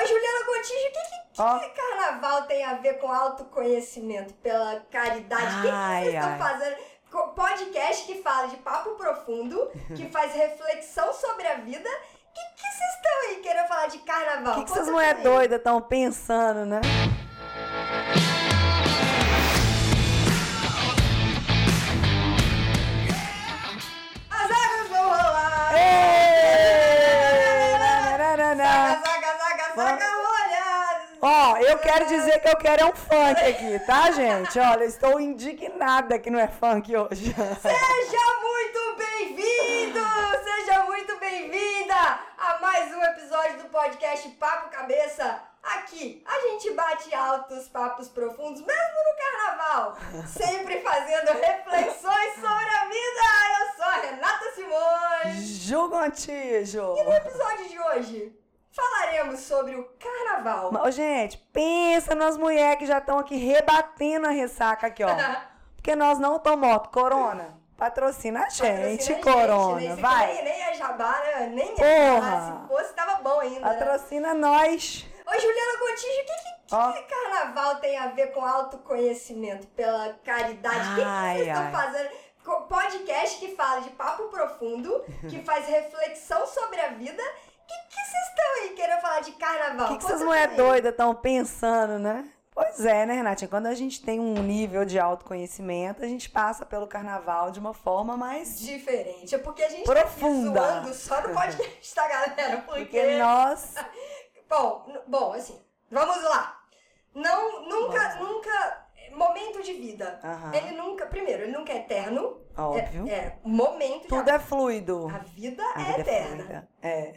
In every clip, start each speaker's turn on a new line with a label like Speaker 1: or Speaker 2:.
Speaker 1: Matisse, o que, que,
Speaker 2: Ó.
Speaker 1: que carnaval tem a ver com autoconhecimento, pela caridade? O que, que
Speaker 2: Ai,
Speaker 1: vocês estão
Speaker 2: ai.
Speaker 1: fazendo? Co- Podcast que fala de papo profundo, que faz reflexão sobre a vida. O que, que vocês estão aí querendo falar de carnaval?
Speaker 2: O que, que
Speaker 1: Conta
Speaker 2: essas
Speaker 1: pra
Speaker 2: mulheres
Speaker 1: mim.
Speaker 2: doidas estão pensando, né?
Speaker 1: As águas vão rolar!
Speaker 2: Ê!
Speaker 1: Zaga,
Speaker 2: Narararará.
Speaker 1: zaga, zaga, zaga, olha!
Speaker 2: Ó, eu quero dizer que eu quero é um funk aqui, tá, gente? Olha, eu estou indignada que não é funk hoje.
Speaker 1: Seja muito bem-vindo! Seja muito bem-vinda a mais um episódio do podcast Papo Cabeça. Aqui a gente bate altos papos profundos, mesmo no carnaval, sempre fazendo reflexões sobre a vida. Eu sou a Renata Simões.
Speaker 2: Julgo antijo.
Speaker 1: E no episódio de hoje falaremos sobre o carnaval.
Speaker 2: Mas, ô, gente, pensa nas mulheres que já estão aqui rebatendo a ressaca aqui, ó. Porque nós não tomamos corona. Patrocina a gente,
Speaker 1: Patrocina a
Speaker 2: corona,
Speaker 1: gente, né? Isso aqui
Speaker 2: vai.
Speaker 1: Nem, nem a Jabara, nem a
Speaker 2: Porra.
Speaker 1: Jabara, se fosse, tava bom ainda. né?
Speaker 2: Patrocina nós.
Speaker 1: Ô, Juliana Gontijo, o que, que, que
Speaker 2: Ó.
Speaker 1: que carnaval tem a ver com autoconhecimento, pela caridade? O que, que
Speaker 2: Ai,
Speaker 1: vocês estão
Speaker 2: ai.
Speaker 1: fazendo? Co- Podcast que fala de papo profundo, que faz reflexão sobre a vida. O que, que vocês estão aí querendo falar de carnaval?
Speaker 2: O que, que
Speaker 1: Conta
Speaker 2: essas
Speaker 1: pra
Speaker 2: mulheres
Speaker 1: mim.
Speaker 2: doidas estão pensando, né? Pois é, né, Renatinha? Quando a gente tem um nível de autoconhecimento, a gente passa pelo carnaval de uma forma mais.
Speaker 1: Diferente. É porque a gente
Speaker 2: Profunda.
Speaker 1: tá aqui zoando só no podcast, tá, galera? Porque,
Speaker 2: Porque nós.
Speaker 1: É, Bom, n- bom, assim, vamos lá. Não, nunca, nunca... é, Momento de vida.
Speaker 2: Aham.
Speaker 1: Ele nunca... Primeiro, ele nunca é eterno.
Speaker 2: Óbvio.
Speaker 1: É, é um momento
Speaker 2: Tudo
Speaker 1: de...
Speaker 2: é fluido.
Speaker 1: A vida
Speaker 2: A
Speaker 1: é
Speaker 2: vida
Speaker 1: eterna.
Speaker 2: fluida. É.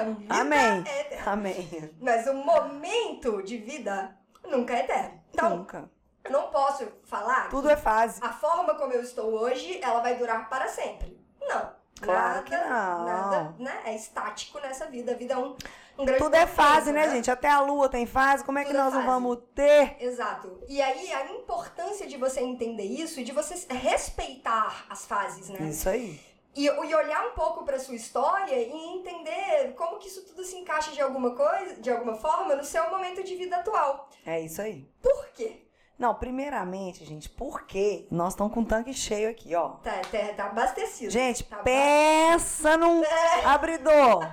Speaker 1: A vida
Speaker 2: Amém.
Speaker 1: é eterna.
Speaker 2: Amém.
Speaker 1: Mas o momento de vida nunca é eterno. Então,
Speaker 2: Nunca.
Speaker 1: eu não posso falar
Speaker 2: Tudo é fase.
Speaker 1: que a forma como eu estou hoje, ela vai durar para sempre. Não.
Speaker 2: Claro
Speaker 1: nada,
Speaker 2: que não.
Speaker 1: Nada, né? É estático nessa vida. A vida é um, um grande
Speaker 2: Tudo é fase,
Speaker 1: conflito,
Speaker 2: né, gente? Até a lua tem fase. Como é que
Speaker 1: Tudo é
Speaker 2: nós não
Speaker 1: fase.
Speaker 2: vamos ter?
Speaker 1: Exato. E aí, a importância de você entender isso e de você respeitar as fases, né?
Speaker 2: Isso aí.
Speaker 1: E, e olhar um pouco pra sua história e entender como que isso tudo se encaixa de alguma coisa, de alguma forma, no seu momento de vida atual.
Speaker 2: É isso aí.
Speaker 1: Por quê?
Speaker 2: Não, primeiramente, gente, por quê? Nós estamos com o tanque cheio aqui, ó.
Speaker 1: Tá, tá, tá abastecido.
Speaker 2: Gente,
Speaker 1: tá
Speaker 2: pensa num abridor.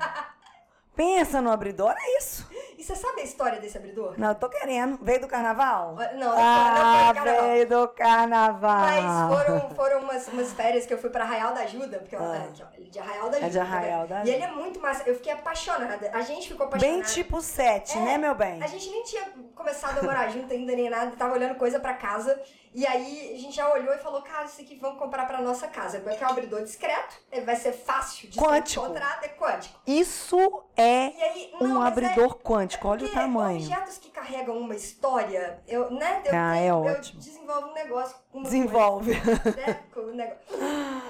Speaker 2: Pensa no abridor, é isso.
Speaker 1: ba- E você sabe a história desse abridor?
Speaker 2: Não, eu tô querendo. Veio do carnaval?
Speaker 1: Olha, Não, não,
Speaker 2: Ah,
Speaker 1: foi, não foi no carnaval.
Speaker 2: veio do carnaval.
Speaker 1: Mas foram, foram umas, umas férias que eu fui pra Arraial da Ajuda, porque ó,
Speaker 2: Ah.
Speaker 1: é, aqui, ó, ele é de Arraial da
Speaker 2: de
Speaker 1: Ajuda.
Speaker 2: Arraial da
Speaker 1: E ele é muito massa. Eu fiquei apaixonada. A gente ficou apaixonada.
Speaker 2: Bem tipo 7,
Speaker 1: É,
Speaker 2: né, meu bem?
Speaker 1: A gente nem tinha começado a morar junto ainda, nem nada, tava olhando coisa pra casa. E aí a gente já olhou e falou, cara, isso aqui vamos comprar pra nossa casa. Porque é um abridor discreto, ele vai ser fácil de ser
Speaker 2: Quântico.
Speaker 1: encontrado, é quântico.
Speaker 2: Isso é
Speaker 1: E aí, não,
Speaker 2: um
Speaker 1: mas
Speaker 2: abridor
Speaker 1: é,
Speaker 2: quântico. Olha o
Speaker 1: porque
Speaker 2: tamanho.
Speaker 1: Objetos que carregam uma história, eu, né? Eu,
Speaker 2: Ah, é
Speaker 1: eu
Speaker 2: ótimo.
Speaker 1: desenvolvo um negócio. uma
Speaker 2: Desenvolve.
Speaker 1: coisa, né, com o negócio.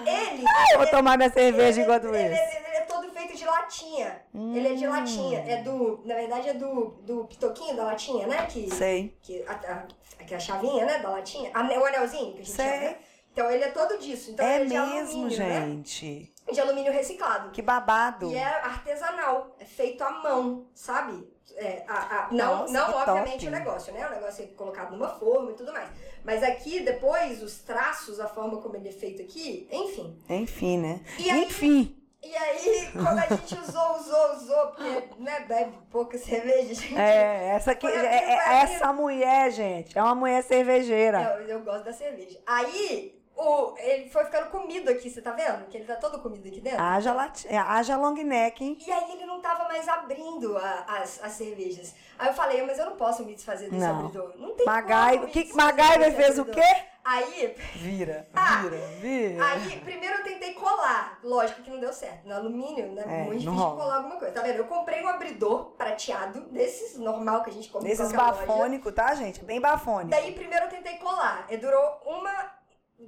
Speaker 1: Ele.
Speaker 2: Eu vou tomar minha cerveja
Speaker 1: Ele-
Speaker 2: enquanto
Speaker 1: ele,
Speaker 2: isso.
Speaker 1: Ele, ele é todo feito de latinha. Ele
Speaker 2: Hum.
Speaker 1: é de latinha. É do. Na verdade, é do, do pitoquinho da latinha, né? Que,
Speaker 2: Sei.
Speaker 1: que, a, a, que é a chavinha, né? Da latinha. Ane- o anelzinho que a gente
Speaker 2: Sei.
Speaker 1: chama, né? Então ele é todo disso. Então
Speaker 2: é
Speaker 1: ele é de
Speaker 2: mesmo,
Speaker 1: alumínio, né?
Speaker 2: gente.
Speaker 1: De alumínio reciclado.
Speaker 2: Que babado.
Speaker 1: E é artesanal, é feito à mão, sabe? É, a- a- não,
Speaker 2: Nossa,
Speaker 1: não
Speaker 2: que
Speaker 1: obviamente
Speaker 2: top.
Speaker 1: o negócio, né? O negócio é colocado numa forma e tudo mais. Mas aqui, depois, os traços, a forma como ele é feito aqui, enfim.
Speaker 2: Enfim, né?
Speaker 1: E aí-
Speaker 2: Enfim.
Speaker 1: E aí, quando a gente usou, usou, usou, porque, né, bebe pouca cerveja, gente.
Speaker 2: É, essa aqui,
Speaker 1: Foi
Speaker 2: é,
Speaker 1: abrindo,
Speaker 2: é-
Speaker 1: foi abrindo.
Speaker 2: essa mulher, gente, é uma mulher cervejeira.
Speaker 1: Eu, eu gosto da cerveja. Aí, o, ele foi ficando comido aqui, você tá vendo? Que ele tá todo comido aqui dentro.
Speaker 2: Haja, lati... é, haja long neck, hein?
Speaker 1: E aí ele não tava mais abrindo a- as, as cervejas. Aí eu falei, mas eu não posso me desfazer desse
Speaker 2: Não.
Speaker 1: abridor. Não tem como
Speaker 2: MacGyver,
Speaker 1: me
Speaker 2: que, que
Speaker 1: desfazer
Speaker 2: MacGyver
Speaker 1: desse
Speaker 2: fez o
Speaker 1: abridor.
Speaker 2: quê?
Speaker 1: Aí,
Speaker 2: Vira,
Speaker 1: Ah,
Speaker 2: vira, vira.
Speaker 1: aí, primeiro eu tentei colar. Lógico que não deu certo. No alumínio, né?
Speaker 2: É,
Speaker 1: muito difícil
Speaker 2: não
Speaker 1: de
Speaker 2: rola.
Speaker 1: colar alguma coisa. Tá vendo? Eu comprei um abridor prateado, desses normal que a gente compra em
Speaker 2: Desses
Speaker 1: qualquer loja.
Speaker 2: bafônicos, tá, gente? É Bem bafônico.
Speaker 1: Daí primeiro eu tentei colar. E durou uma.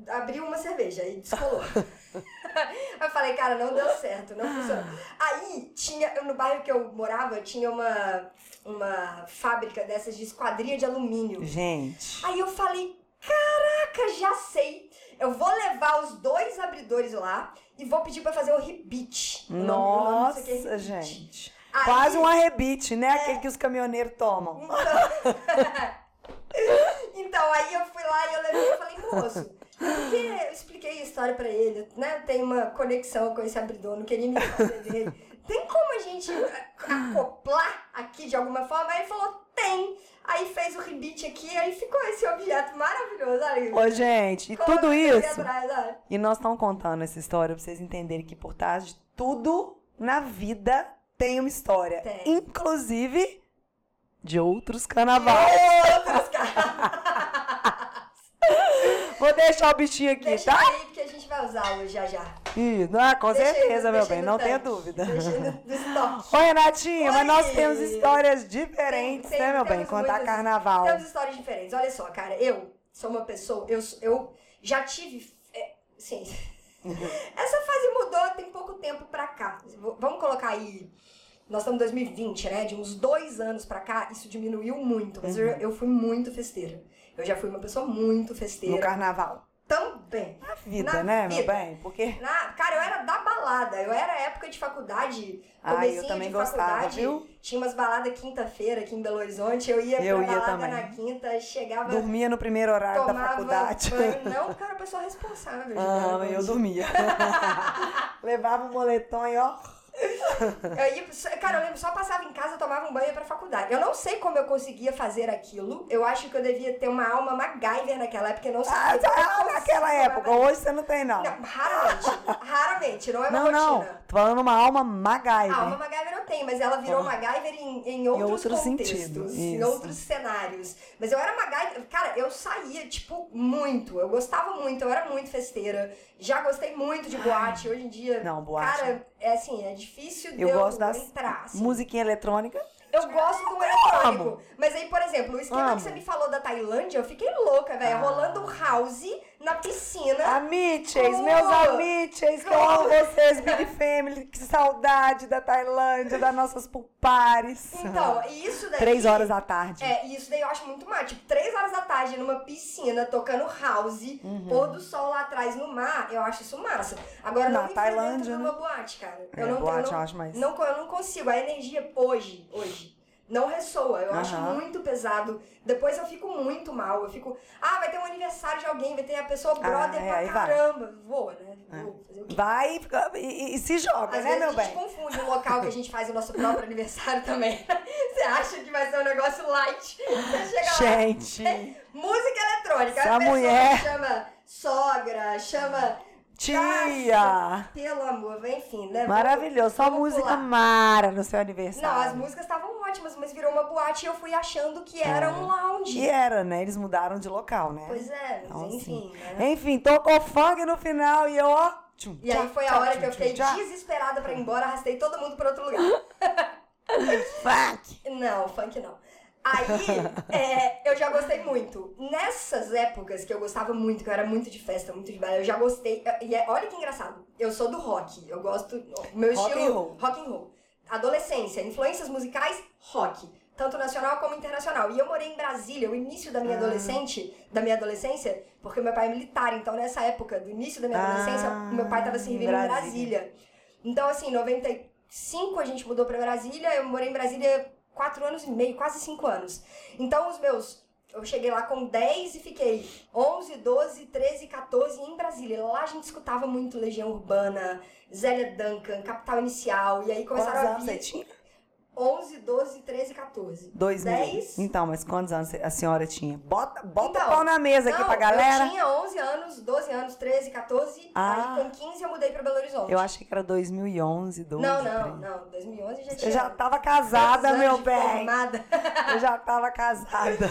Speaker 1: Abriu uma cerveja e descolou. eu falei, cara, não deu certo, não funcionou. Aí tinha. eu- No bairro que eu morava, tinha uma, uma fábrica dessas de esquadria de alumínio.
Speaker 2: Gente,
Speaker 1: Aí eu falei, caraca, já sei. Eu vou levar os dois abridores lá e vou pedir pra fazer o rebite. O nome- o nome disso aqui é
Speaker 2: nossa,
Speaker 1: rebite.
Speaker 2: gente.
Speaker 1: Aí-
Speaker 2: Quase um arrebite,
Speaker 1: É.
Speaker 2: né? Aquele que os caminhoneiros tomam.
Speaker 1: Então... Então, aí eu fui lá e eu levei e falei, moço, é porque eu expliquei a história pra ele, né? Eu tenho uma conexão com esse abridor, não queria me dele. Tem como a gente eh, acoplar aqui de alguma forma? Aí ele falou, tem. Aí fez o rebite aqui, aí ficou esse objeto maravilhoso ali.
Speaker 2: Ô, gente, e
Speaker 1: Como
Speaker 2: tudo
Speaker 1: eu fui
Speaker 2: isso.
Speaker 1: atrás, olha.
Speaker 2: E nós estamos contando essa história pra vocês entenderem que por trás de tudo na vida tem uma história.
Speaker 1: Tem.
Speaker 2: Inclusive de outros carnavais.
Speaker 1: Outros caras.
Speaker 2: Vou deixar o bichinho aqui,
Speaker 1: Deixa
Speaker 2: tá?
Speaker 1: aí, porque a gente vai usar hoje já já.
Speaker 2: Ih, ah, com
Speaker 1: Deixa aí no-
Speaker 2: certeza, meu
Speaker 1: deixa aí
Speaker 2: bem,
Speaker 1: no
Speaker 2: não tenha
Speaker 1: tanque.
Speaker 2: dúvida.
Speaker 1: Deixa aí no, no estoque.
Speaker 2: Oi, Renatinha, mas nós
Speaker 1: Oi!
Speaker 2: temos histórias diferentes,
Speaker 1: Tem- tem-
Speaker 2: né, meu bem?
Speaker 1: temos
Speaker 2: Quanto a
Speaker 1: muitas-
Speaker 2: carnaval.
Speaker 1: Temos histórias diferentes. Olha só, cara, eu sou uma pessoa, eu, sou- eu já tive. É, sim. Essa fase mudou tem pouco tempo pra cá. V- Vamos colocar aí. Nós estamos em 2020, né? De uns dois anos pra cá, isso diminuiu muito. Mas
Speaker 2: Uhum.
Speaker 1: eu, eu fui muito festeira. Eu já fui uma pessoa muito
Speaker 2: No
Speaker 1: festeira.
Speaker 2: carnaval.
Speaker 1: Também.
Speaker 2: Na vida,
Speaker 1: Na
Speaker 2: né, meu
Speaker 1: vida.
Speaker 2: bem? Porque.
Speaker 1: Na, cara, eu era da balada. Eu era época de faculdade.
Speaker 2: Ah, eu
Speaker 1: comecinho
Speaker 2: também
Speaker 1: de
Speaker 2: gostava,
Speaker 1: faculdade.
Speaker 2: viu?
Speaker 1: Tinha umas baladas quinta-feira aqui em Belo Horizonte. Eu ia
Speaker 2: Eu
Speaker 1: pra
Speaker 2: ia
Speaker 1: balada
Speaker 2: também.
Speaker 1: na quinta, chegava,
Speaker 2: Dormia no primeiro horário
Speaker 1: tomava
Speaker 2: da faculdade.
Speaker 1: banho. Não, cara, eu pessoa responsável.
Speaker 2: Ah,
Speaker 1: gente.
Speaker 2: eu dormia. Levava o moletom e ó.
Speaker 1: Eu ia, só- cara, eu lembro, só passava em casa, tomava um banho e ia pra faculdade. Eu não sei como eu conseguia fazer aquilo. Eu acho que eu devia ter uma alma MacGyver naquela época. Eu não sei
Speaker 2: Ah,
Speaker 1: como eu
Speaker 2: tá,
Speaker 1: consigo
Speaker 2: naquela
Speaker 1: tomar
Speaker 2: época.
Speaker 1: banho.
Speaker 2: Hoje você não tem, não.
Speaker 1: né? Não, raramente. Raramente, não é uma
Speaker 2: Não, não. Uhum.
Speaker 1: rotina.
Speaker 2: Tô falando uma alma
Speaker 1: A
Speaker 2: MacGyver.
Speaker 1: alma MacGyver eu tenho, mas ela virou MacGyver em, em outros
Speaker 2: Uhum. outro
Speaker 1: contextos,
Speaker 2: sentido,
Speaker 1: em
Speaker 2: isso.
Speaker 1: outros cenários. Mas eu era MacGyver, cara, eu saía, tipo, muito. Eu gostava muito, eu era muito festeira. Já gostei muito de boate. Hoje em dia,
Speaker 2: Não, boate.
Speaker 1: cara, é assim, é difícil de
Speaker 2: né? eu gosto das
Speaker 1: entrar. assim.
Speaker 2: musiquinha eletrônica.
Speaker 1: Eu gosto do eletrônico. Mas aí, por exemplo, o esquema
Speaker 2: Amo.
Speaker 1: que você me falou da Tailândia, eu fiquei louca, velho.
Speaker 2: Ah.
Speaker 1: Rolando um house na piscina.
Speaker 2: Amiches,
Speaker 1: Como?
Speaker 2: meus amiches, que eu amo
Speaker 1: Como?
Speaker 2: vocês, Big Family. Que saudade da Tailândia, das nossas pulpares.
Speaker 1: Então, e isso daí.
Speaker 2: Três horas da tarde.
Speaker 1: É, e isso daí eu acho muito mal. Tipo, três horas da tarde numa piscina, tocando house,
Speaker 2: Uhum.
Speaker 1: pôr do sol lá atrás no mar, eu acho isso massa. Agora
Speaker 2: Na
Speaker 1: não me
Speaker 2: Tailândia, né?
Speaker 1: Tailândia, numa boate, cara. Eu
Speaker 2: É,
Speaker 1: não,
Speaker 2: boate,
Speaker 1: eu não,
Speaker 2: eu acho mais-
Speaker 1: Não, eu não consigo. A energia hoje, hoje. Não ressoa, eu acho
Speaker 2: Aham.
Speaker 1: muito pesado. Depois eu fico muito mal. Eu fico, ah, vai ter um aniversário de alguém, vai ter a pessoa brother
Speaker 2: é, aí
Speaker 1: pra
Speaker 2: vai. É.
Speaker 1: caramba. Vou, né? Vou fazer o quê?
Speaker 2: Vai e, fica- e- e se joga,
Speaker 1: Às
Speaker 2: né,
Speaker 1: vezes
Speaker 2: meu
Speaker 1: a gente
Speaker 2: bem?
Speaker 1: confunde o local que a gente faz o nosso próprio aniversário também. Você acha que vai ser um negócio light. Você chega lá,
Speaker 2: Gente,
Speaker 1: Música eletrônica.
Speaker 2: Essa
Speaker 1: a pessoa
Speaker 2: mulher.
Speaker 1: chama sogra, chama.
Speaker 2: tia!
Speaker 1: Pelo amor, enfim, né?
Speaker 2: Maravilhoso, só
Speaker 1: É, Vamos
Speaker 2: música
Speaker 1: pular.
Speaker 2: mara no seu
Speaker 1: Não, as
Speaker 2: aniversário.
Speaker 1: músicas estavam ótimas, mas virou uma boate e eu fui achando que era um lounge.
Speaker 2: E era, né? Eles mudaram de local, né?
Speaker 1: Pois é, mas
Speaker 2: Então,
Speaker 1: enfim, né?
Speaker 2: Enfim, tocou funk no final e eu, ó. tchum,
Speaker 1: E aí
Speaker 2: tchá,
Speaker 1: foi
Speaker 2: tchá,
Speaker 1: a hora
Speaker 2: tchum,
Speaker 1: que eu fiquei
Speaker 2: tchum, tchá.
Speaker 1: desesperada pra ir embora, arrastei todo mundo pra outro lugar.
Speaker 2: Funk!
Speaker 1: Não, funk não. Aí, é, eu já gostei muito. Nessas épocas que eu gostava muito, que eu era muito de festa, muito de baile, eu já gostei. E é- olha que engraçado, eu sou do rock. Eu gosto. o Meu
Speaker 2: Rock
Speaker 1: estilo.
Speaker 2: and roll.
Speaker 1: Rock and roll. Adolescência, influências musicais, rock. Tanto nacional como internacional. E eu morei em Brasília, o início da
Speaker 2: Ah.
Speaker 1: minha adolescente, da minha adolescência, porque meu pai é militar, então nessa época, do início da minha
Speaker 2: Ah,
Speaker 1: adolescência, meu pai tava servindo
Speaker 2: Brasília.
Speaker 1: em Brasília. Então, assim, em 95 a gente mudou pra Brasília, eu morei em Brasília quatro anos e meio, quase cinco anos. Então, os meus. Eu cheguei lá com 10 e fiquei 11, 12, 13, 14 em Brasília. Lá a gente escutava muito Legião Urbana, Zélia Duncan, Capital Inicial. E aí
Speaker 2: Quantos
Speaker 1: começaram a
Speaker 2: anos você
Speaker 1: vir
Speaker 2: tinha?
Speaker 1: 11, 12, 13, 14.
Speaker 2: Dois mil.
Speaker 1: Dez?
Speaker 2: Então, mas quantos anos a senhora tinha? Bota, bota
Speaker 1: Então,
Speaker 2: o pau na mesa aqui
Speaker 1: Não,
Speaker 2: pra galera.
Speaker 1: Eu tinha 11 anos, 12 anos, 13, 14.
Speaker 2: Ah.
Speaker 1: Aí com 15 eu mudei pra Belo Horizonte.
Speaker 2: Eu achei que era 2011, 12.
Speaker 1: Não, não,
Speaker 2: 13.
Speaker 1: não. 2011 já tinha.
Speaker 2: Eu já tava
Speaker 1: tantos
Speaker 2: casada,
Speaker 1: anos
Speaker 2: meu
Speaker 1: de
Speaker 2: bem.
Speaker 1: formada.
Speaker 2: Eu já tava casada.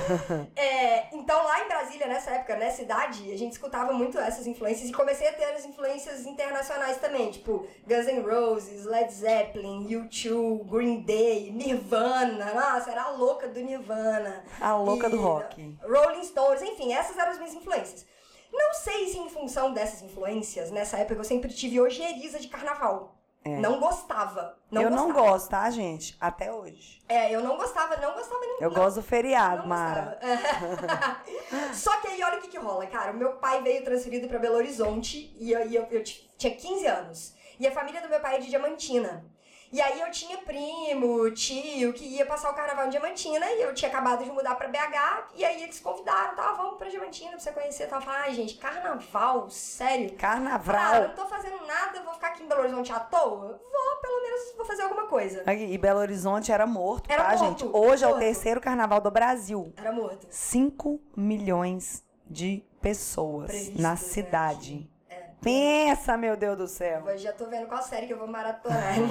Speaker 1: É, então lá em Brasília, nessa época, nessa idade, a gente escutava muito essas influências e comecei a ter as influências internacionais também, tipo Guns N' Roses, Led Zeppelin, U2, Green Day, Nirvana. Nossa, era a louca do Nirvana.
Speaker 2: A louca do
Speaker 1: E,
Speaker 2: rock.
Speaker 1: Rolling Stones, enfim, essas eram as minhas influências. Não sei se em função dessas influências, nessa época eu sempre tive ojeriza de carnaval. Não gostava. Não
Speaker 2: É. eu
Speaker 1: gostava.
Speaker 2: não gosto, tá, gente? Até hoje.
Speaker 1: É, eu não gostava, não gostava nem
Speaker 2: Eu
Speaker 1: não
Speaker 2: gosto do feriado,
Speaker 1: não
Speaker 2: Mara.
Speaker 1: gostava. Só que aí olha o que, que rola, cara. O meu pai veio transferido pra Belo Horizonte e aí eu, eu ti- tinha 15 anos. E a família do meu pai é de Diamantina. E aí eu tinha primo, tio, que ia passar o carnaval em Diamantina, e eu tinha acabado de mudar pra BH, e aí eles convidaram, tá, vamos pra Diamantina pra você conhecer. Tava falando, ai gente, carnaval, sério? Ah,
Speaker 2: Carnaval.
Speaker 1: não tô fazendo nada, vou ficar aqui em Belo Horizonte à toa? Vou, pelo menos vou fazer alguma coisa.
Speaker 2: Aqui, e Belo Horizonte era morto,
Speaker 1: Era
Speaker 2: tá,
Speaker 1: morto,
Speaker 2: gente? Hoje é o
Speaker 1: morto.
Speaker 2: terceiro carnaval do Brasil.
Speaker 1: Era morto.
Speaker 2: 5 milhões de pessoas
Speaker 1: Previsto,
Speaker 2: na
Speaker 1: né,
Speaker 2: cidade.
Speaker 1: aqui. É.
Speaker 2: Pensa, meu Deus do céu.
Speaker 1: Eu já tô vendo qual série que eu vou maratonar. né?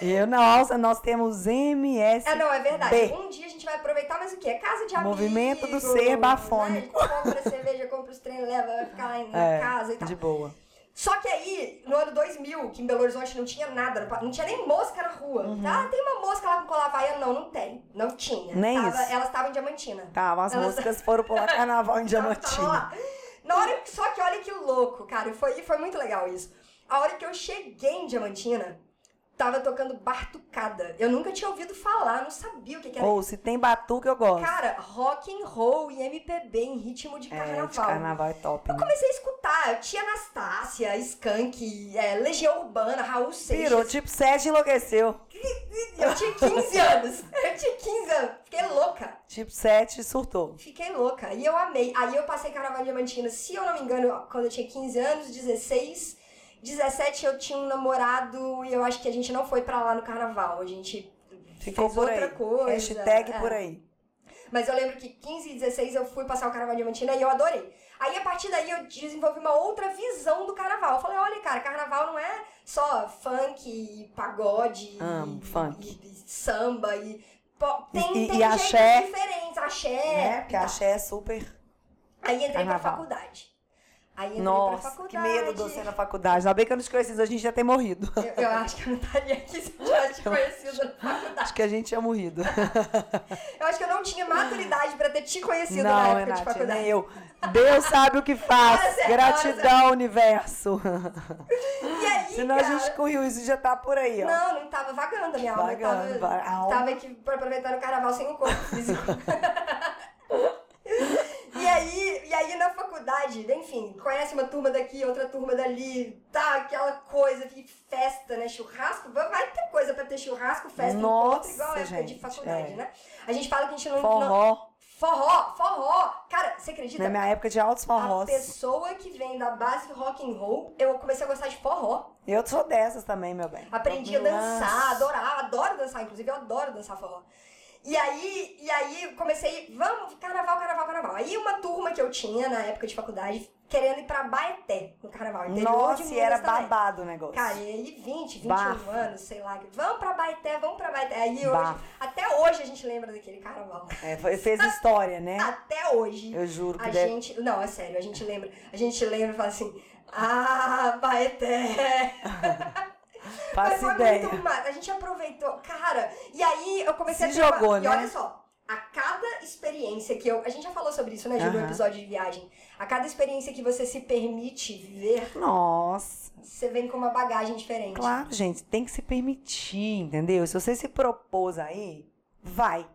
Speaker 2: Eu, nossa, nós temos MS.
Speaker 1: é, não, é verdade.
Speaker 2: Bem.
Speaker 1: Um dia a gente vai aproveitar, mas o quê? É casa de amigos.
Speaker 2: Movimento do ser bafônico.
Speaker 1: Né? Compra cerveja, compra os trem, leva, vai ficar lá em- na
Speaker 2: É,
Speaker 1: casa e tal.
Speaker 2: de boa.
Speaker 1: Só que aí, no ano 2000, que em Belo Horizonte não tinha nada, não tinha nem mosca na rua.
Speaker 2: Uhum.
Speaker 1: Tá? Tem uma mosca lá com cola havaiana? Não, não tem. Não tinha.
Speaker 2: Nem
Speaker 1: Tava-
Speaker 2: isso.
Speaker 1: Elas estavam em Diamantina.
Speaker 2: Tá, as
Speaker 1: Elas-
Speaker 2: músicas foram pular carnaval em
Speaker 1: Ela tava
Speaker 2: Diamantina.
Speaker 1: lá. Na hora, só que olha que louco, cara. Foi, foi muito legal isso. A hora que eu cheguei em Diamantina, tava tocando Bartucada. Eu nunca tinha ouvido falar, não sabia o que, é que era.
Speaker 2: Ou se tem batuque, eu gosto.
Speaker 1: Cara, rock and roll e MPB em ritmo de
Speaker 2: é,
Speaker 1: carnaval.
Speaker 2: de carnaval é top.
Speaker 1: Eu
Speaker 2: Né?
Speaker 1: comecei a escutar Tia Anastácia, Skank, é, Legião Urbana, Raul Seixas.
Speaker 2: Pirou, tipo, Sérgio enlouqueceu.
Speaker 1: Eu tinha 15 anos. Eu tinha 15 anos. Fiquei louca.
Speaker 2: Tipo 7 surtou.
Speaker 1: Fiquei louca. E eu amei. Aí eu passei Carnaval em Diamantina, se eu não me engano, quando eu tinha 15 anos, 16, 17 eu tinha um namorado e eu acho que a gente não foi pra lá no carnaval. A gente
Speaker 2: Ficou
Speaker 1: fez
Speaker 2: por
Speaker 1: outra
Speaker 2: aí.
Speaker 1: coisa.
Speaker 2: Hashtag
Speaker 1: é.
Speaker 2: por aí.
Speaker 1: Mas eu lembro que 15 e 16 eu fui passar o carnaval em Diamantina e eu adorei. Aí a partir daí eu desenvolvi uma outra visão do carnaval. Eu falei, olha, cara, carnaval não é só funk, e pagode,
Speaker 2: Amo
Speaker 1: e,
Speaker 2: funk.
Speaker 1: e- e samba e. po- Tem,
Speaker 2: E- e
Speaker 1: tem
Speaker 2: axé.
Speaker 1: jeitos diferentes, axé. tá
Speaker 2: né? Porque
Speaker 1: e tal.
Speaker 2: axé é super.
Speaker 1: Aí entrei pra
Speaker 2: Carnaval.
Speaker 1: faculdade. Aí entrei pra
Speaker 2: Nossa, que
Speaker 1: faculdade.
Speaker 2: medo de eu ser na faculdade. Ainda bem que eu não te conheci, a gente já tem morrido.
Speaker 1: eu, eu acho que eu não estaria aqui se eu tivesse te conhecido na faculdade.
Speaker 2: Acho que a gente tinha morrido.
Speaker 1: Eu acho que eu não tinha maturidade pra ter te conhecido na
Speaker 2: não,
Speaker 1: é época de
Speaker 2: Renata,
Speaker 1: faculdade.
Speaker 2: nem eu. Deus sabe o que
Speaker 1: Olha
Speaker 2: faz.
Speaker 1: só, olha
Speaker 2: Gratidão, universo.
Speaker 1: E aí,
Speaker 2: Senão a
Speaker 1: cara,
Speaker 2: gente correu, isso já tá por aí, ó.
Speaker 1: Não, não tava vagando a minha alma.
Speaker 2: Vagando,
Speaker 1: eu tava,
Speaker 2: va- a alma.
Speaker 1: tava aqui pra aproveitar o carnaval sem o corpo físico. E aí, e aí na faculdade, enfim, conhece uma turma daqui, outra turma dali, tá, aquela coisa, que festa, né, churrasco, vai- vai ter coisa pra ter churrasco, festa,
Speaker 2: Nossa,
Speaker 1: encontro, igual a época de
Speaker 2: gente,
Speaker 1: faculdade,
Speaker 2: é.
Speaker 1: né? A gente fala que a gente não... não-
Speaker 2: Forró.
Speaker 1: forró, forró! Cara, você acredita?
Speaker 2: Na minha época de altos
Speaker 1: a
Speaker 2: forrós.
Speaker 1: pessoa que vem da base rock and roll, eu comecei a gostar de forró.
Speaker 2: Eu sou dessas também, meu bem. assim.
Speaker 1: Aprendi a
Speaker 2: Nossa.
Speaker 1: dançar, adorava, adoro dançar, inclusive eu adoro dançar forró. E aí, e aí eu comecei, vamos, carnaval, carnaval, carnaval. Aí uma turma que eu tinha na época de faculdade, querendo ir pra Baeté no carnaval, interior de
Speaker 2: Nossa,
Speaker 1: Minas
Speaker 2: e era
Speaker 1: também.
Speaker 2: babado o negócio.
Speaker 1: Cara, e aí 20, 21
Speaker 2: Bafo.
Speaker 1: anos, sei lá, vamos pra Baeté, vamos pra Baeté. Aí hoje,
Speaker 2: Bafo.
Speaker 1: até hoje a gente lembra daquele carnaval.
Speaker 2: É, foi- fez história, né?
Speaker 1: Até hoje.
Speaker 2: Eu juro que
Speaker 1: A
Speaker 2: deve...
Speaker 1: gente. Não, é sério, a gente lembra. A gente lembra e fala assim. Ah, Baeté! Mas
Speaker 2: Faço
Speaker 1: foi
Speaker 2: ideia.
Speaker 1: muito massa. A gente aproveitou. Cara, e aí eu comecei
Speaker 2: Se
Speaker 1: a ter
Speaker 2: jogou,
Speaker 1: uma... E
Speaker 2: né?
Speaker 1: olha só, a cada experiência que eu... A gente já falou sobre isso, né, Ju, no
Speaker 2: Aham.
Speaker 1: episódio de viagem. A cada experiência que você se permite viver,
Speaker 2: Nossa.
Speaker 1: você vem com uma bagagem diferente.
Speaker 2: Claro, gente, tem que se permitir, entendeu? Se você se propôs aí, vai.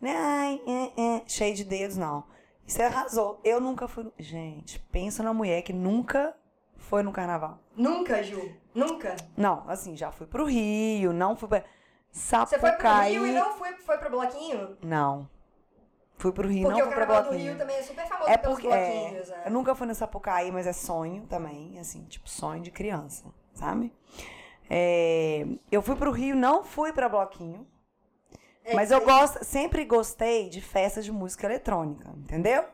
Speaker 2: Né? Ai, é, é, cheio de dedos, não. Você arrasou. Eu nunca fui. no- Gente, pensa na mulher que nunca foi no carnaval.
Speaker 1: Nunca, Ju. Nunca.
Speaker 2: Não, assim, já fui pro Rio, não fui pra.
Speaker 1: Você foi pro
Speaker 2: Sapucaí.
Speaker 1: Rio e não foi, foi pro bloquinho?
Speaker 2: Não. Fui pro Rio,
Speaker 1: Porque
Speaker 2: não
Speaker 1: o
Speaker 2: fui pra
Speaker 1: carnaval do
Speaker 2: bloquinho.
Speaker 1: Rio também é super famoso
Speaker 2: É
Speaker 1: pelos
Speaker 2: porque. é,
Speaker 1: bloquinhos. né?
Speaker 2: eu nunca fui no Sapucaí, mas é sonho também, assim, tipo, sonho de criança, sabe? É, eu fui pro Rio, não fui pra bloquinho.
Speaker 1: É,
Speaker 2: mas eu gosto, sempre gostei de festas de música eletrônica, entendeu?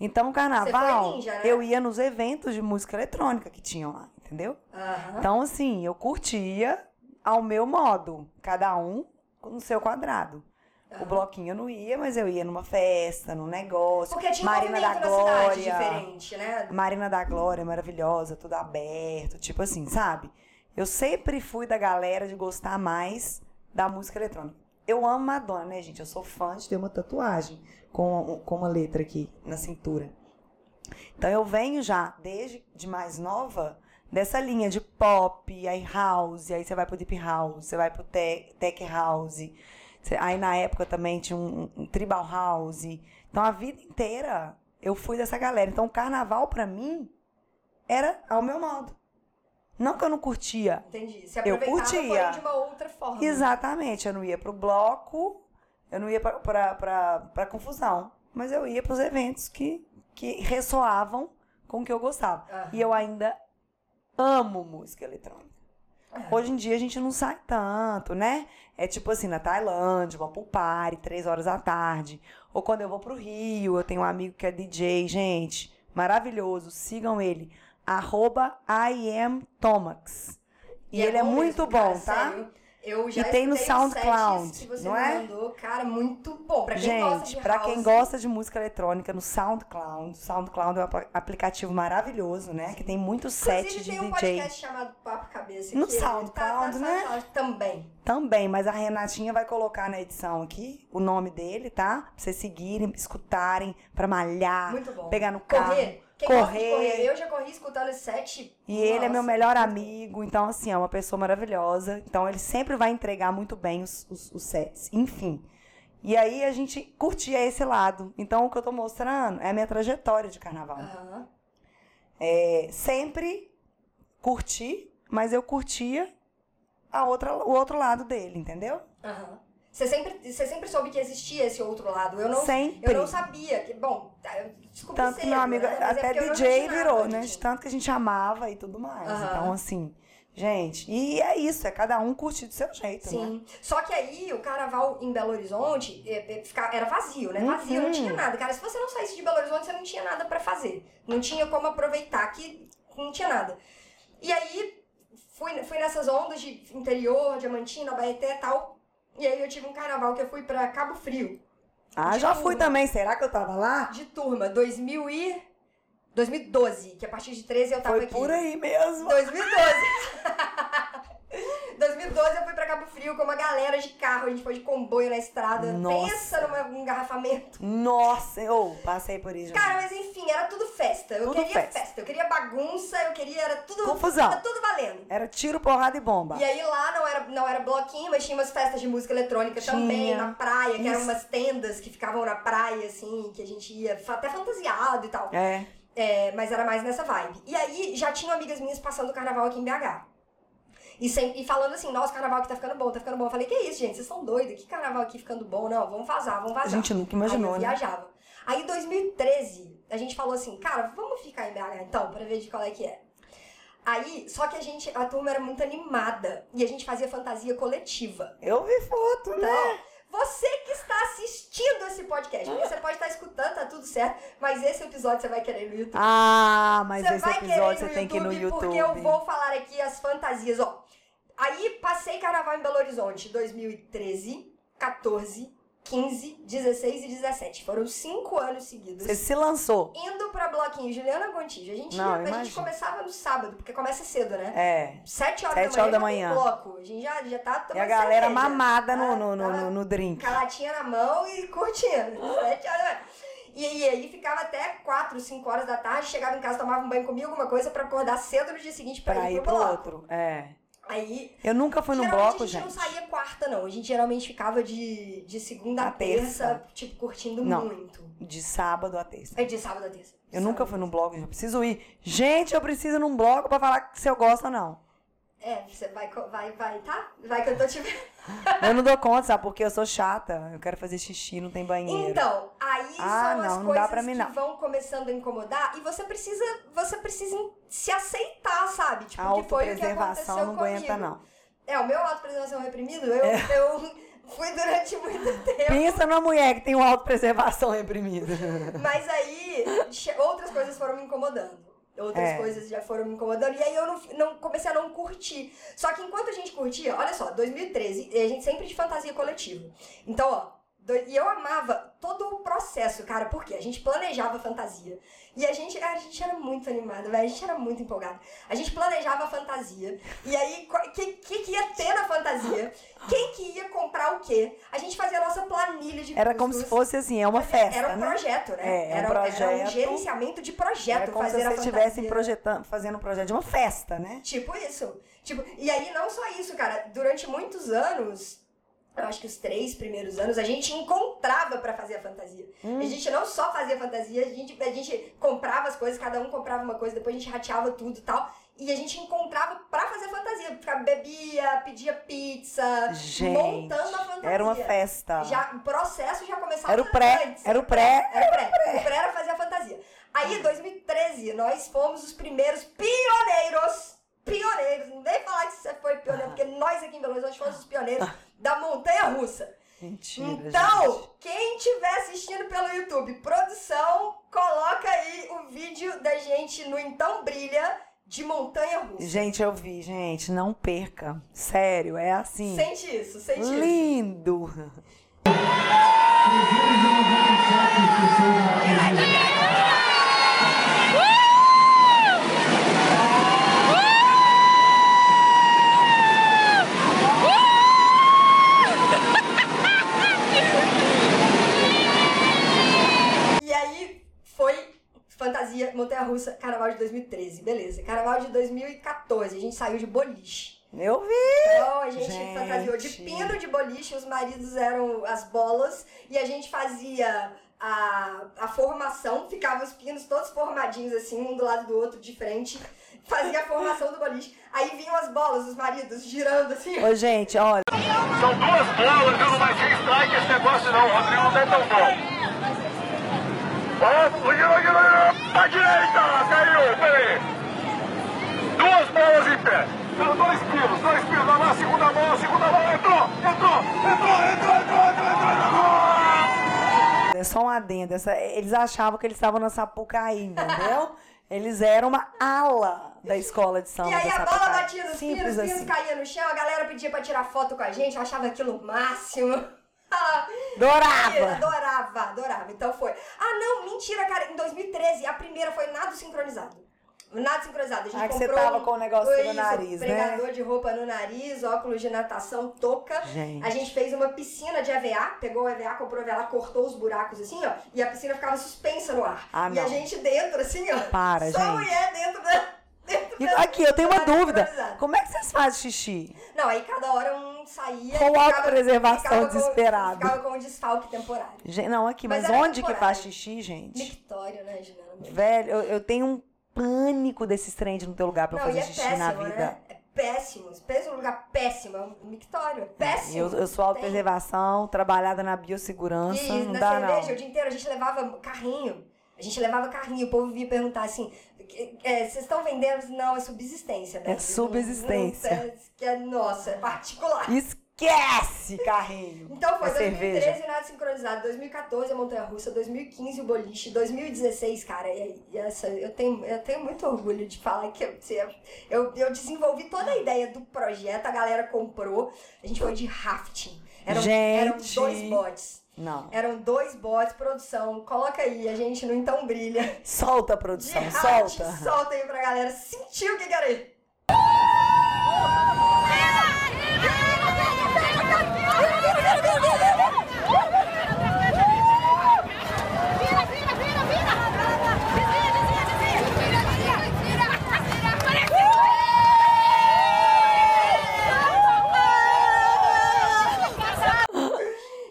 Speaker 2: Então, o carnaval,
Speaker 1: ninja, né?
Speaker 2: eu ia nos eventos de música eletrônica que tinham lá, entendeu?
Speaker 1: Aham.
Speaker 2: Então, assim, eu curtia ao meu modo, cada um no seu quadrado. O
Speaker 1: Aham.
Speaker 2: bloquinho eu não ia, mas eu ia numa festa, num negócio.
Speaker 1: Porque tinha um
Speaker 2: Marina da
Speaker 1: movimento na cidade
Speaker 2: Glória.
Speaker 1: diferente, né?
Speaker 2: Marina da Glória, maravilhosa, tudo aberto, tipo assim, sabe? Eu sempre fui da galera de gostar mais da música eletrônica. Eu amo Madonna, né, gente? Eu sou fã de ter uma tatuagem com, com uma letra aqui na cintura. Então eu venho já, desde de mais nova, dessa linha de pop, aí house, aí você vai pro deep house, você vai pro tech, tech house. Você- Aí na época também tinha um, um tribal house. Então a vida inteira eu fui dessa galera. Então o carnaval pra mim era ao meu modo. Não que eu não curtia.
Speaker 1: Entendi. Se aproveitava,
Speaker 2: curtia.
Speaker 1: porém, de uma outra forma.
Speaker 2: Exatamente. Eu não ia pro bloco, eu não ia pra, pra, pra, pra confusão. Mas eu ia pros eventos que, que ressoavam com o que eu gostava.
Speaker 1: Aham.
Speaker 2: E eu ainda amo música eletrônica.
Speaker 1: Aham.
Speaker 2: Hoje em dia a gente não sai tanto, né? É tipo assim, na Tailândia, uma pool party, três horas da tarde. Ou quando eu vou pro Rio, eu tenho um amigo que é DJ, gente, maravilhoso, sigam ele. Arroba I am Tomax. E, ele é,
Speaker 1: bom
Speaker 2: muito
Speaker 1: mesmo,
Speaker 2: bom,
Speaker 1: cara,
Speaker 2: tá?
Speaker 1: sério. Eu já
Speaker 2: E tem no
Speaker 1: escutei os sets
Speaker 2: SoundCloud,
Speaker 1: que você
Speaker 2: não
Speaker 1: me
Speaker 2: é?
Speaker 1: mandou, cara, muito bom. Pra quem gosta de
Speaker 2: Gente, pra quem
Speaker 1: house,
Speaker 2: gosta de música eletrônica, no SoundCloud. O SoundCloud é um apl- aplicativo maravilhoso, né? Que tem muitos sets
Speaker 1: Inclusive,
Speaker 2: de
Speaker 1: tem um
Speaker 2: DJ.
Speaker 1: podcast chamado Papo Cabeça.
Speaker 2: No
Speaker 1: que ele
Speaker 2: SoundCloud,
Speaker 1: tá, tá no
Speaker 2: né?
Speaker 1: SoundCloud Também.
Speaker 2: Também, mas a Renatinha vai colocar na edição aqui o nome dele, tá? Pra vocês seguirem, escutarem, pra malhar,
Speaker 1: Muito bom.
Speaker 2: Ah, pegar no carro.
Speaker 1: Correr. Quem gosta de
Speaker 2: correr.
Speaker 1: correr. Eu já corri escutando esse set.
Speaker 2: E ele é meu
Speaker 1: nossa.
Speaker 2: melhor amigo, então, assim, é uma pessoa maravilhosa. Então, ele sempre vai entregar muito bem os, os, os sets, enfim. E aí, a gente curtia esse lado. Então, o que eu tô mostrando é a minha trajetória de carnaval.
Speaker 1: Aham.
Speaker 2: É, sempre curti, mas eu curtia a outra, o outro lado dele, entendeu?
Speaker 1: Aham. Você sempre, você sempre soube que existia esse outro lado. Eu não,
Speaker 2: sempre.
Speaker 1: eu não sabia. Que, bom, tá, eu descobri
Speaker 2: Tanto que
Speaker 1: cedo,
Speaker 2: meu amigo,
Speaker 1: né? Mas é
Speaker 2: até
Speaker 1: porque eu não
Speaker 2: DJ
Speaker 1: imaginava
Speaker 2: virou,
Speaker 1: que
Speaker 2: né? De
Speaker 1: tinha.
Speaker 2: tanto que a gente amava e tudo mais.
Speaker 1: Aham.
Speaker 2: Então, assim, gente, e é isso, é cada um curtir do seu jeito, né?
Speaker 1: Sim. Só que aí o carnaval em Belo Horizonte é, é, fica- era vazio, né?
Speaker 2: Uhum.
Speaker 1: Vazio, não tinha nada. Cara, se você não saísse de Belo Horizonte, você não tinha nada pra fazer. Não tinha como aproveitar que não tinha nada. E aí fui, fui nessas ondas de interior, Diamantina, Baeté e tal. E aí eu tive um carnaval que eu fui pra Cabo Frio,
Speaker 2: Ah,
Speaker 1: De
Speaker 2: já
Speaker 1: tudo.
Speaker 2: fui também, será que eu tava lá?
Speaker 1: de turma, 2000 e 2012, que a partir de 13 eu tava
Speaker 2: Foi
Speaker 1: aqui.
Speaker 2: por aí mesmo.
Speaker 1: 2012. 2012 eu fui pra Cabo Frio com uma galera de carro, a gente foi de comboio na estrada.
Speaker 2: Nossa.
Speaker 1: Pensa num engarrafamento.
Speaker 2: Nossa, eu passei por isso.
Speaker 1: Cara, mas enfim, era tudo festa. Eu
Speaker 2: Tudo
Speaker 1: queria festa.
Speaker 2: festa.
Speaker 1: eu queria bagunça, eu queria. Era tudo.
Speaker 2: Confusão.
Speaker 1: Era tudo valendo.
Speaker 2: Era tiro, porrada e bomba.
Speaker 1: E aí lá não era, não era bloquinho, mas tinha umas festas de música eletrônica
Speaker 2: Tinha.
Speaker 1: também, na praia, que eram
Speaker 2: Isso.
Speaker 1: umas tendas que ficavam na praia, assim, que a gente ia fa- até fantasiado e tal.
Speaker 2: É.
Speaker 1: É, mas era mais nessa vibe. E aí já tinham amigas minhas passando o carnaval aqui em BH. E, sem- e falando assim, nossa, o carnaval aqui tá ficando bom, tá ficando bom. Eu falei, que isso, gente? Vocês são doidos? Que carnaval aqui ficando bom? Não, vamos vazar, vamos
Speaker 2: A
Speaker 1: vazar.
Speaker 2: gente nunca imaginou,
Speaker 1: aí eu
Speaker 2: né?
Speaker 1: viajava. Aí em 2013, a gente falou assim, cara, vamos ficar em BH então, pra ver de qual é que é. Aí, só que a gente, a turma era muito animada. E a gente fazia fantasia coletiva.
Speaker 2: Eu vi foto, né?
Speaker 1: Então, você que está assistindo esse podcast, porque você pode estar escutando, tá tudo certo, mas esse episódio você vai querer no YouTube.
Speaker 2: Ah, mas
Speaker 1: Você
Speaker 2: esse
Speaker 1: vai querer
Speaker 2: episódio você tem que ir no YouTube.
Speaker 1: Porque eu vou falar aqui as fantasias, ó. Aí passei carnaval em Belo Horizonte 2013, 14, 15, 16 e 17. Foram cinco anos seguidos.
Speaker 2: Você se lançou.
Speaker 1: Indo pra bloquinho Juliana Gontijo. A gente,
Speaker 2: Não,
Speaker 1: ia- a gente
Speaker 2: imagina.
Speaker 1: começava no sábado, porque começa cedo, né?
Speaker 2: É.
Speaker 1: Sete horas
Speaker 2: Sete
Speaker 1: da manhã. já tem
Speaker 2: horas da manhã.
Speaker 1: Bloco. A gente já, já tá
Speaker 2: E a
Speaker 1: tomando
Speaker 2: galera
Speaker 1: cerveja.
Speaker 2: mamada no,
Speaker 1: Ah,
Speaker 2: no, no,
Speaker 1: tá
Speaker 2: no, no drink.
Speaker 1: calatinha na mão e curtindo. Sete horas da manhã. E aí, aí ficava até 4, 5 horas da tarde, chegava em casa, tomava um banho, comia alguma coisa pra acordar cedo no dia seguinte pra,
Speaker 2: Pra ir pro
Speaker 1: bloco.
Speaker 2: outro. É.
Speaker 1: Aí,
Speaker 2: Eu nunca fui num
Speaker 1: geralmente
Speaker 2: bloco,
Speaker 1: a gente,
Speaker 2: gente.
Speaker 1: não saía quarta, não. A gente geralmente ficava de, de segunda a
Speaker 2: A
Speaker 1: terça,
Speaker 2: terça.
Speaker 1: tipo, curtindo
Speaker 2: Não.
Speaker 1: muito.
Speaker 2: De sábado a terça.
Speaker 1: É de sábado a terça.
Speaker 2: Eu nunca fui num bloco, gente. Eu preciso ir. Gente, eu preciso ir num bloco pra falar se eu gosto ou não.
Speaker 1: É, você vai, co- vai, vai, tá? Vai que eu tô te vendo.
Speaker 2: Eu não dou conta, sabe? Porque eu sou chata. Eu quero fazer xixi, não tem banheiro.
Speaker 1: Então, aí
Speaker 2: Ah,
Speaker 1: são as
Speaker 2: não, não dá
Speaker 1: coisas
Speaker 2: pra mim,
Speaker 1: que
Speaker 2: não.
Speaker 1: vão começando a incomodar e você precisa, você precisa se aceitar, sabe? Tipo,
Speaker 2: a
Speaker 1: que foi o que aconteceu
Speaker 2: autopreservação não
Speaker 1: comigo.
Speaker 2: aguenta, não. É.
Speaker 1: É, o meu autopreservação reprimido, eu, eu fui durante muito tempo.
Speaker 2: Pensa numa mulher que tem uma autopreservação reprimida.
Speaker 1: Mas aí, che- outras coisas foram me incomodando. Outras
Speaker 2: É.
Speaker 1: coisas já foram me incomodando. E aí eu não, fi- não- comecei a não curtir. Só que enquanto a gente curtia, olha só, 2013, e a gente sempre de fantasia coletiva. Então, ó. do- E eu amava todo o processo, cara, porque a gente planejava a fantasia. E a gente, a gente era muito animado, velho. A gente era muito empolgado. A gente planejava a fantasia. E aí, o que, que, que ia ter na fantasia? Quem que ia comprar o quê? A gente fazia a nossa planilha de
Speaker 2: Era como se
Speaker 1: custos.
Speaker 2: fosse assim, é uma festa,
Speaker 1: Era um
Speaker 2: né?
Speaker 1: projeto, né?
Speaker 2: É, é um
Speaker 1: era, era um
Speaker 2: projeto.
Speaker 1: gerenciamento de projeto
Speaker 2: Era como se
Speaker 1: fazer a
Speaker 2: vocês
Speaker 1: fantasia.
Speaker 2: estivessem projetando, fazendo um projeto de uma festa, né?
Speaker 1: Tipo isso. Tipo, e aí não só isso, cara. Durante muitos anos, eu acho que os três primeiros anos, a gente encontrava pra fazer a fantasia.
Speaker 2: Hum.
Speaker 1: A gente não só fazia fantasia, a gente, a gente comprava as coisas, cada um comprava uma coisa, depois a gente rateava tudo e tal. E a gente encontrava pra fazer fantasia. Ficava, bebia, pedia pizza,
Speaker 2: Gente,
Speaker 1: montando a fantasia.
Speaker 2: Era uma festa.
Speaker 1: Já, o processo já começava
Speaker 2: Era o pré,
Speaker 1: antes. né?
Speaker 2: era o pré.
Speaker 1: Era o pré. O pré era fazer a fantasia. Aí, em 2013, nós fomos os primeiros pioneiros. Pioneiros, não dei falar que você foi pioneiro, porque nós aqui em Belo Horizonte fomos os pioneiros da montanha russa.
Speaker 2: Mentira,
Speaker 1: Então,
Speaker 2: gente.
Speaker 1: quem estiver assistindo pelo YouTube, produção, coloca aí o vídeo da gente no Então Brilha de montanha russa.
Speaker 2: Gente, eu vi, gente, não perca. Sério, é assim.
Speaker 1: Sente isso, sente isso.
Speaker 2: Lindo.
Speaker 1: E aí foi fantasia Montanha Russa, Carnaval de 2013, beleza. Carnaval de 2014, a gente saiu de boliche.
Speaker 2: Eu vi.
Speaker 1: Então a gente,
Speaker 2: Gente.
Speaker 1: fantasiou de pino de boliche, os maridos eram as bolas e a gente fazia a, a formação, ficava os pinos todos formadinhos assim, um do lado do outro, de frente. Fazia a formação do boliche. Aí vinham as bolas, os maridos, girando assim.
Speaker 2: Ô, gente, olha.
Speaker 3: São duas bolas, viu? Não vai ser strike esse negócio não. O Rodrigo não é tão bom. Ó, girou, girou, girou. Pra direita, caiu, peraí. Duas bolas em pé. Deu dois quilos, dois quilos. Vai lá, segunda bola, segunda bola. Entrou, entrou, entrou, entrou, entrou, entrou, entrou. entrou.
Speaker 2: É só um adendo. essa- eles achavam que eles estavam na Sapucaí, entendeu? Eles eram uma ala da escola de samba.
Speaker 1: E aí
Speaker 2: da
Speaker 1: a bola
Speaker 2: Sapucaí.
Speaker 1: batia nos pinos,
Speaker 2: Simples
Speaker 1: os pinos
Speaker 2: assim.
Speaker 1: caía no chão, a galera pedia pra tirar foto com a gente, eu achava aquilo o máximo. Ah, Mentira,
Speaker 2: Adorava.
Speaker 1: adorava, adorava. Então foi. Ah, não, mentira, cara. Em 2013, a primeira foi nado sincronizado. Nado sincronizado. A gente
Speaker 2: Ah, que você
Speaker 1: comprou
Speaker 2: tava com o negocinho no
Speaker 1: Isso,
Speaker 2: nariz, né?
Speaker 1: pregador de roupa no nariz, óculos de natação, touca.
Speaker 2: Gente.
Speaker 1: A gente fez uma piscina de EVA, pegou o EVA, comprou o EVA, cortou os buracos assim, ó. E a piscina ficava suspensa no ar.
Speaker 2: Ah,
Speaker 1: e
Speaker 2: não.
Speaker 1: a gente dentro, assim, ó.
Speaker 2: Para,
Speaker 1: só
Speaker 2: gente.
Speaker 1: mulher dentro da. Dentro
Speaker 2: E
Speaker 1: da-
Speaker 2: aqui, eu tenho uma
Speaker 1: da
Speaker 2: dúvida.
Speaker 1: sincronizada.
Speaker 2: Como é que vocês fazem xixi?
Speaker 1: Não, aí cada hora um saía. e
Speaker 2: Com
Speaker 1: ficava-
Speaker 2: autopreservação
Speaker 1: ficava com-
Speaker 2: desesperado.
Speaker 1: Ficava com um desfalque temporário.
Speaker 2: Gente, não, aqui,
Speaker 1: Mas
Speaker 2: mas,
Speaker 1: era
Speaker 2: onde que
Speaker 1: temporário.
Speaker 2: faz xixi, gente?
Speaker 1: Mictório, né, Juliana?
Speaker 2: Velho, eu, eu tenho um pânico desses trem de não ter lugar pra
Speaker 1: Não, e
Speaker 2: fazer
Speaker 1: é
Speaker 2: xixi
Speaker 1: péssimo,
Speaker 2: na vida.
Speaker 1: né? É péssimo. Pensa num lugar péssimo. É um mictório. É péssimo.
Speaker 2: Eu, eu sou autopreservação, trabalhada na biossegurança,
Speaker 1: E
Speaker 2: não
Speaker 1: na
Speaker 2: dá
Speaker 1: cerveja, o
Speaker 2: não.
Speaker 1: dia inteiro, a gente levava carrinho. A gente levava carrinho. O povo vinha perguntar assim, "É, é, vocês estão vendendo? Não, é subsistência. né?
Speaker 2: É subsistência.
Speaker 1: Não, não, é- que é nossa, é particular.
Speaker 2: Esquece, carrinho!
Speaker 1: Então foi
Speaker 2: a cerveja.
Speaker 1: 2013 o nada sincronizado, 2014 a montanha russa, 2015 o boliche, 2016, cara, e, e essa, eu, tenho, eu tenho muito orgulho de falar que eu, se- eu, eu desenvolvi toda a ideia do projeto, a galera comprou, a gente foi de rafting. Eram, eram
Speaker 2: Gente!
Speaker 1: dois bots.
Speaker 2: Não.
Speaker 1: Eram dois bots, produção. Coloca aí, a gente no Então Brilha.
Speaker 2: Solta,
Speaker 1: De
Speaker 2: produção,
Speaker 1: rafting,
Speaker 2: solta.
Speaker 1: solta aí pra galera sentir o que que era aí.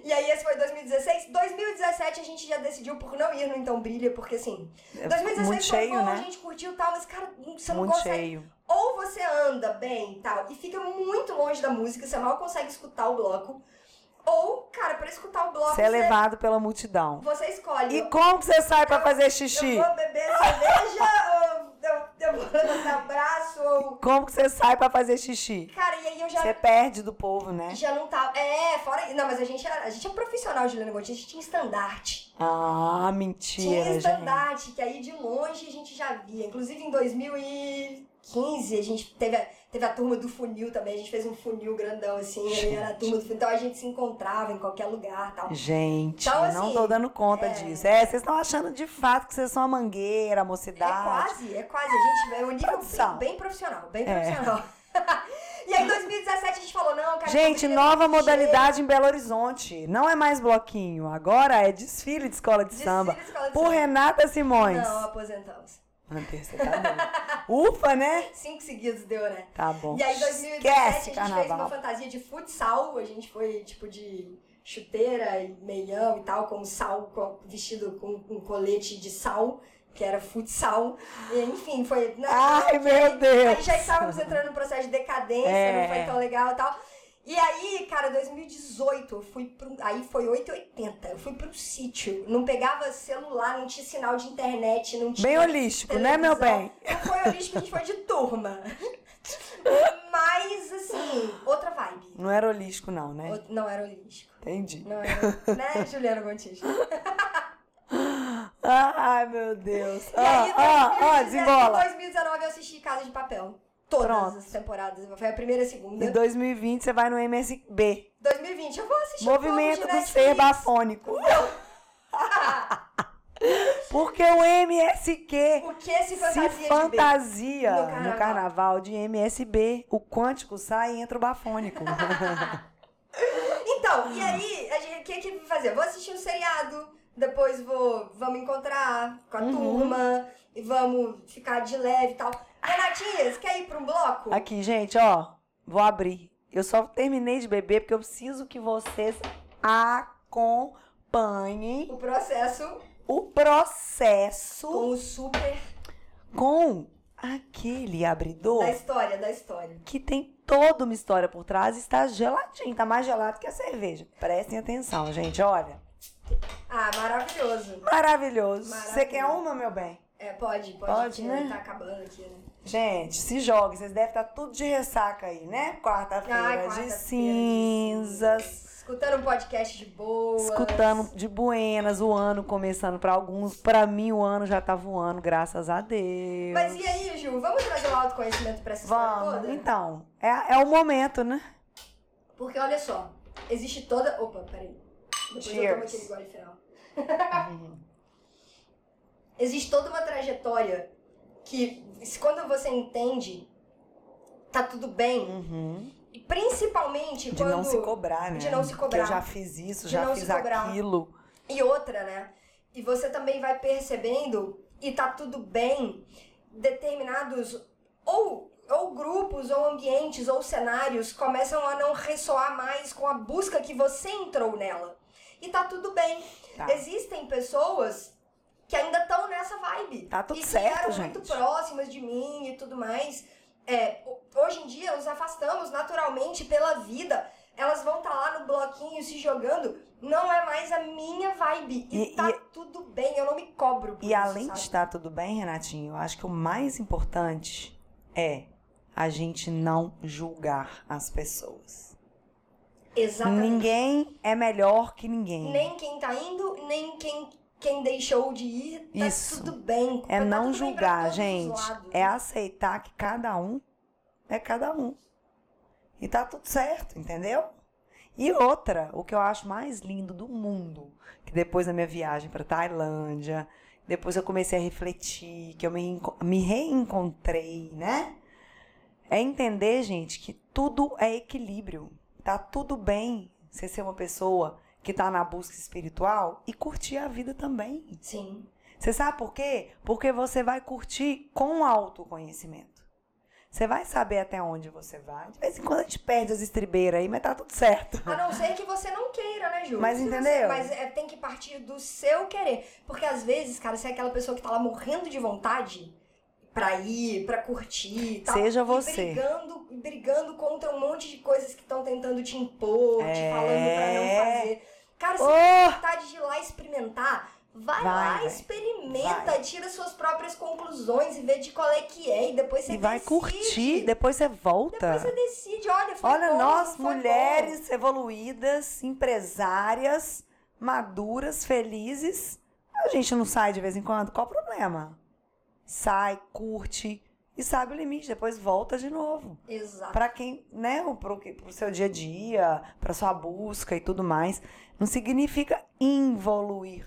Speaker 1: E aí esse foi 2016. 2017 a gente já decidiu por não ir no Então Brilha, porque assim.
Speaker 2: É
Speaker 1: 2016
Speaker 2: muito
Speaker 1: foi
Speaker 2: cheio,
Speaker 1: bom,
Speaker 2: né?
Speaker 1: a gente curtiu e tal, mas cara, você não
Speaker 2: Muito
Speaker 1: consegue.
Speaker 2: cheio.
Speaker 1: Ou você anda bem e tal, e fica muito longe da música, você mal consegue escutar o bloco. Ou, cara, pra escutar o bloco,
Speaker 2: Você é levado pela multidão.
Speaker 1: você escolhe.
Speaker 2: E como que você sai pra fazer xixi?
Speaker 1: Eu vou beber cerveja, ou eu, eu vou levantar abraço, ou.
Speaker 2: Como que você sai pra fazer xixi?
Speaker 1: Cara, e aí eu já
Speaker 2: Você é perde do povo, né?
Speaker 1: Já não tava. É, fora. Não, mas a gente, era- a gente é profissional, Juliana Gotti. A gente tinha estandarte.
Speaker 2: Ah,
Speaker 1: Tinha
Speaker 2: mentira, gente.
Speaker 1: estandarte, que aí de longe a gente já via. Inclusive em 2015, a gente teve a, teve a turma do funil também. A gente fez um funil grandão, assim. aí era a turma do funil. Então a gente se encontrava em qualquer lugar e tal.
Speaker 2: Gente,
Speaker 1: Então,
Speaker 2: eu não
Speaker 1: assim,
Speaker 2: tô dando conta
Speaker 1: é.
Speaker 2: disso. É, vocês estão achando de fato que vocês são a mangueira, a
Speaker 1: É
Speaker 2: mocidade.
Speaker 1: quase, é quase. A gente é um nível bem,
Speaker 2: Produção. É.
Speaker 1: bem profissional, bem profissional. e aí em 2017 a gente falou, não, cara.
Speaker 2: Gente,
Speaker 1: não,
Speaker 2: nova
Speaker 1: não,
Speaker 2: modalidade em Belo Horizonte. Não é mais bloquinho, agora é desfile de escola de
Speaker 1: Desfile de
Speaker 2: samba.
Speaker 1: escola de
Speaker 2: por
Speaker 1: samba.
Speaker 2: Renata Simões.
Speaker 1: Não, aposentamos.
Speaker 2: Hunter, você tá doido. Ufa, né?
Speaker 1: Cinco seguidos deu, né?
Speaker 2: Tá bom.
Speaker 1: E aí, em 2017, a
Speaker 2: Esquece
Speaker 1: gente fez uma
Speaker 2: carnaval.
Speaker 1: fantasia de futsal. A gente foi, tipo, de chuteira e meião e tal, com sal, com- vestido com um colete de sal. que era futsal. E, enfim, foi. né,
Speaker 2: Ai,
Speaker 1: que
Speaker 2: meu
Speaker 1: aí-
Speaker 2: Deus.
Speaker 1: Aí já estávamos entrando num processo de decadência,
Speaker 2: É.
Speaker 1: não foi tão legal e tal. E aí, cara, 2018, eu fui pro. Aí foi 880. Eu fui pro sítio. Não pegava celular, não tinha sinal de internet, não tinha.
Speaker 2: Bem holístico, né, meu
Speaker 1: televisão.
Speaker 2: bem?
Speaker 1: Não foi holístico, a gente foi de turma. Mas, assim, outra vibe.
Speaker 2: Não era holístico, não, né?
Speaker 1: Out- Não era holístico.
Speaker 2: Entendi.
Speaker 1: Não era. Né, Juliana Gontijo?
Speaker 2: Ai, meu Deus. Ah,
Speaker 1: E aí,
Speaker 2: Ó, ó, ó,
Speaker 1: 2019,
Speaker 2: desembola.
Speaker 1: 2019 eu assisti Casa de Papel. Todas
Speaker 2: Pronto. Então-
Speaker 1: as temporadas. Foi a primeira e a segunda.
Speaker 2: Em 2020 você vai no MSB.
Speaker 1: 2020 eu vou assistir um
Speaker 2: Movimento
Speaker 1: pouco de
Speaker 2: do ser
Speaker 1: Netflix.
Speaker 2: bafônico. Porque o MSQ
Speaker 1: O que se fantasia
Speaker 2: se
Speaker 1: de ver?
Speaker 2: fantasia
Speaker 1: No
Speaker 2: no carnaval.
Speaker 1: carnaval.
Speaker 2: de MSB. O quântico sai e entra o bafônico.
Speaker 1: Então, e aí, a gente- o que que eu vou fazer? Vou assistir um seriado, depois vou, vamos encontrar com
Speaker 2: Uhum.
Speaker 1: a turma, e vamos ficar de leve e tal. Renatinhas, quer ir pra um bloco?
Speaker 2: Aqui, gente, ó. Vou abrir. Eu só terminei de beber porque eu preciso que vocês acompanhem
Speaker 1: O processo
Speaker 2: o processo
Speaker 1: com o super
Speaker 2: com aquele abridor
Speaker 1: da história, da história.
Speaker 2: que tem toda uma história por trás e está geladinho, tá mais gelado que a cerveja. Prestem atenção, gente, olha.
Speaker 1: Ah, maravilhoso.
Speaker 2: Maravilhoso.
Speaker 1: Maravilhoso.
Speaker 2: Você quer uma, meu bem?
Speaker 1: É, pode, pode,
Speaker 2: Pode,
Speaker 1: que
Speaker 2: né?
Speaker 1: tá acabando aqui, né?
Speaker 2: Gente, se jogue, vocês devem estar tudo de ressaca aí, né?
Speaker 1: Ai,
Speaker 2: Quarta-feira
Speaker 1: quarta-feira
Speaker 2: de
Speaker 1: de
Speaker 2: cinzas.
Speaker 1: Escutando um podcast de boa.
Speaker 2: Escutando de buenas, o ano começando pra alguns. Pra mim, o ano já tá voando, graças a Deus.
Speaker 1: Mas e aí, Ju, vamos trazer o autoconhecimento pra essa história
Speaker 2: Vamos,
Speaker 1: toda?
Speaker 2: então. É, é o momento, né?
Speaker 1: Porque olha só, existe toda. Opa, peraí. Depois eu tomo
Speaker 2: Cheers.
Speaker 1: aquele gole final. existe toda uma trajetória que se- quando você entende, tá tudo bem.
Speaker 2: Uhum.
Speaker 1: E principalmente
Speaker 2: De
Speaker 1: quando.
Speaker 2: não se cobrar, né?
Speaker 1: de não se
Speaker 2: Que
Speaker 1: cobrar.
Speaker 2: eu já fiz isso,
Speaker 1: De
Speaker 2: já
Speaker 1: não
Speaker 2: fiz
Speaker 1: se cobrar.
Speaker 2: aquilo.
Speaker 1: E outra, né? E você também vai percebendo, e tá tudo bem, determinados ou, ou grupos, ou ambientes, ou cenários começam a não ressoar mais com a busca que você entrou nela. E tá tudo bem.
Speaker 2: Tá.
Speaker 1: Existem pessoas que ainda estão nessa vibe.
Speaker 2: Tá tudo
Speaker 1: e que
Speaker 2: certo,
Speaker 1: eram
Speaker 2: gente.
Speaker 1: muito próximas de mim e tudo mais. É, ho- hoje em dia, nos afastamos naturalmente pela vida. Elas vão estar lá no bloquinho se jogando. Não é mais a minha vibe. E,
Speaker 2: E-
Speaker 1: tá
Speaker 2: e-
Speaker 1: tudo bem, eu não me cobro. por
Speaker 2: E
Speaker 1: isso,
Speaker 2: além de
Speaker 1: sabe?
Speaker 2: estar tudo bem, Renatinho, eu acho que o mais importante é a gente não julgar as pessoas.
Speaker 1: Exatamente.
Speaker 2: Ninguém é melhor que ninguém.
Speaker 1: Nem quem tá indo, nem quem, quem deixou de ir. Tá
Speaker 2: Isso.
Speaker 1: tudo bem.
Speaker 2: É
Speaker 1: Tá
Speaker 2: não
Speaker 1: tudo bem pra
Speaker 2: julgar,
Speaker 1: todos os
Speaker 2: gente.
Speaker 1: lados. né?
Speaker 2: É aceitar que cada um é cada um. E tá tudo certo, entendeu? E outra, o que eu acho mais lindo do mundo, que depois da minha viagem pra Tailândia, depois eu comecei a refletir, que eu me, enco- me reencontrei, né? É entender, gente, que tudo é equilíbrio. Tá tudo bem você ser uma pessoa que tá na busca espiritual e curtir a vida também.
Speaker 1: Sim.
Speaker 2: Você sabe por quê? Porque você vai curtir com autoconhecimento. Você vai saber até onde você vai. De vez em quando a gente perde as estribeiras aí, mas tá tudo certo.
Speaker 1: A não ser que você não queira, né, Ju?
Speaker 2: Mas
Speaker 1: Se você-
Speaker 2: entendeu?
Speaker 1: mas é, tem que partir do seu querer. Porque às vezes, cara, você é aquela pessoa que tá lá morrendo de vontade pra ir, pra curtir e tal.
Speaker 2: Seja
Speaker 1: e
Speaker 2: você.
Speaker 1: brigando, e brigando contra um monte de coisas que estão tentando te impor, te
Speaker 2: É.
Speaker 1: falando pra não fazer. Cara, se
Speaker 2: Oh!
Speaker 1: tem vontade de ir lá experimentar, vai,
Speaker 2: Vai,
Speaker 1: lá,
Speaker 2: vai.
Speaker 1: experimenta,
Speaker 2: Vai.
Speaker 1: tira suas próprias conclusões e vê de qual é que é. E depois você
Speaker 2: E vai
Speaker 1: decide.
Speaker 2: curtir, depois você volta.
Speaker 1: Depois você decide, olha, foi
Speaker 2: Olha,
Speaker 1: bom,
Speaker 2: nós,
Speaker 1: não foi bom.
Speaker 2: mulheres evoluídas, empresárias, maduras, felizes, a gente não sai de vez em quando? Qual o problema? Sai, curte e sabe o limite, depois volta de novo.
Speaker 1: Exato.
Speaker 2: Pra quem, né, o- pro, que- pro seu dia a dia, pra sua busca e tudo mais, não significa involuir.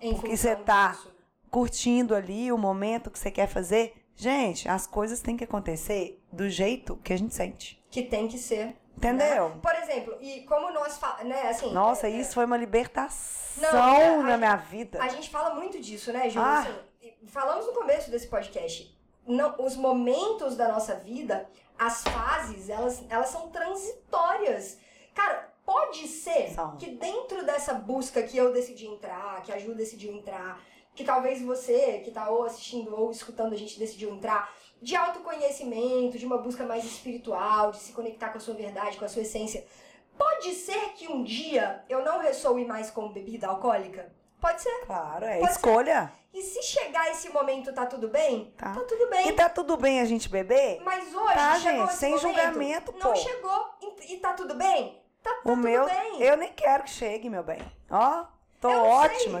Speaker 1: Em
Speaker 2: Porque
Speaker 1: função
Speaker 2: você tá-
Speaker 1: disso.
Speaker 2: Curtindo ali o momento que você quer fazer. Gente, as coisas têm que acontecer do jeito que a gente sente.
Speaker 1: que tem que ser. né?
Speaker 2: Entendeu?
Speaker 1: Por exemplo, e como nós fa- né, assim,
Speaker 2: Nossa,
Speaker 1: é, é,
Speaker 2: isso foi uma libertação
Speaker 1: Não, a-
Speaker 2: na minha vida.
Speaker 1: A gente fala muito disso, né, Ju?
Speaker 2: Ah.
Speaker 1: Assim, e falamos no começo desse podcast. Não, os momentos da nossa vida, as fases, elas, elas são transitórias. Cara, pode ser
Speaker 2: São.
Speaker 1: que dentro dessa busca que eu decidi entrar, que a Ju decidiu entrar, que talvez você que tá ou assistindo ou escutando a gente decidiu entrar, de autoconhecimento, de uma busca mais espiritual, de se conectar com a sua verdade, com a sua essência. Pode ser que um dia eu não ressoe mais com bebida alcoólica? Pode ser.
Speaker 2: Claro, é
Speaker 1: Pode ser.
Speaker 2: escolha.
Speaker 1: E se chegar esse momento tá tudo bem?
Speaker 2: Tá.
Speaker 1: Tá tudo bem.
Speaker 2: E tá tudo bem a gente beber?
Speaker 1: Mas hoje
Speaker 2: Tá,
Speaker 1: chegou
Speaker 2: gente,
Speaker 1: esse
Speaker 2: sem
Speaker 1: momento,
Speaker 2: julgamento,
Speaker 1: não
Speaker 2: pô.
Speaker 1: chegou e, e tá tudo bem? Tá, tá
Speaker 2: o
Speaker 1: tudo
Speaker 2: meu,
Speaker 1: bem.
Speaker 2: eu nem quero que chegue, meu bem. Ó, tô
Speaker 1: Eu não
Speaker 2: ótima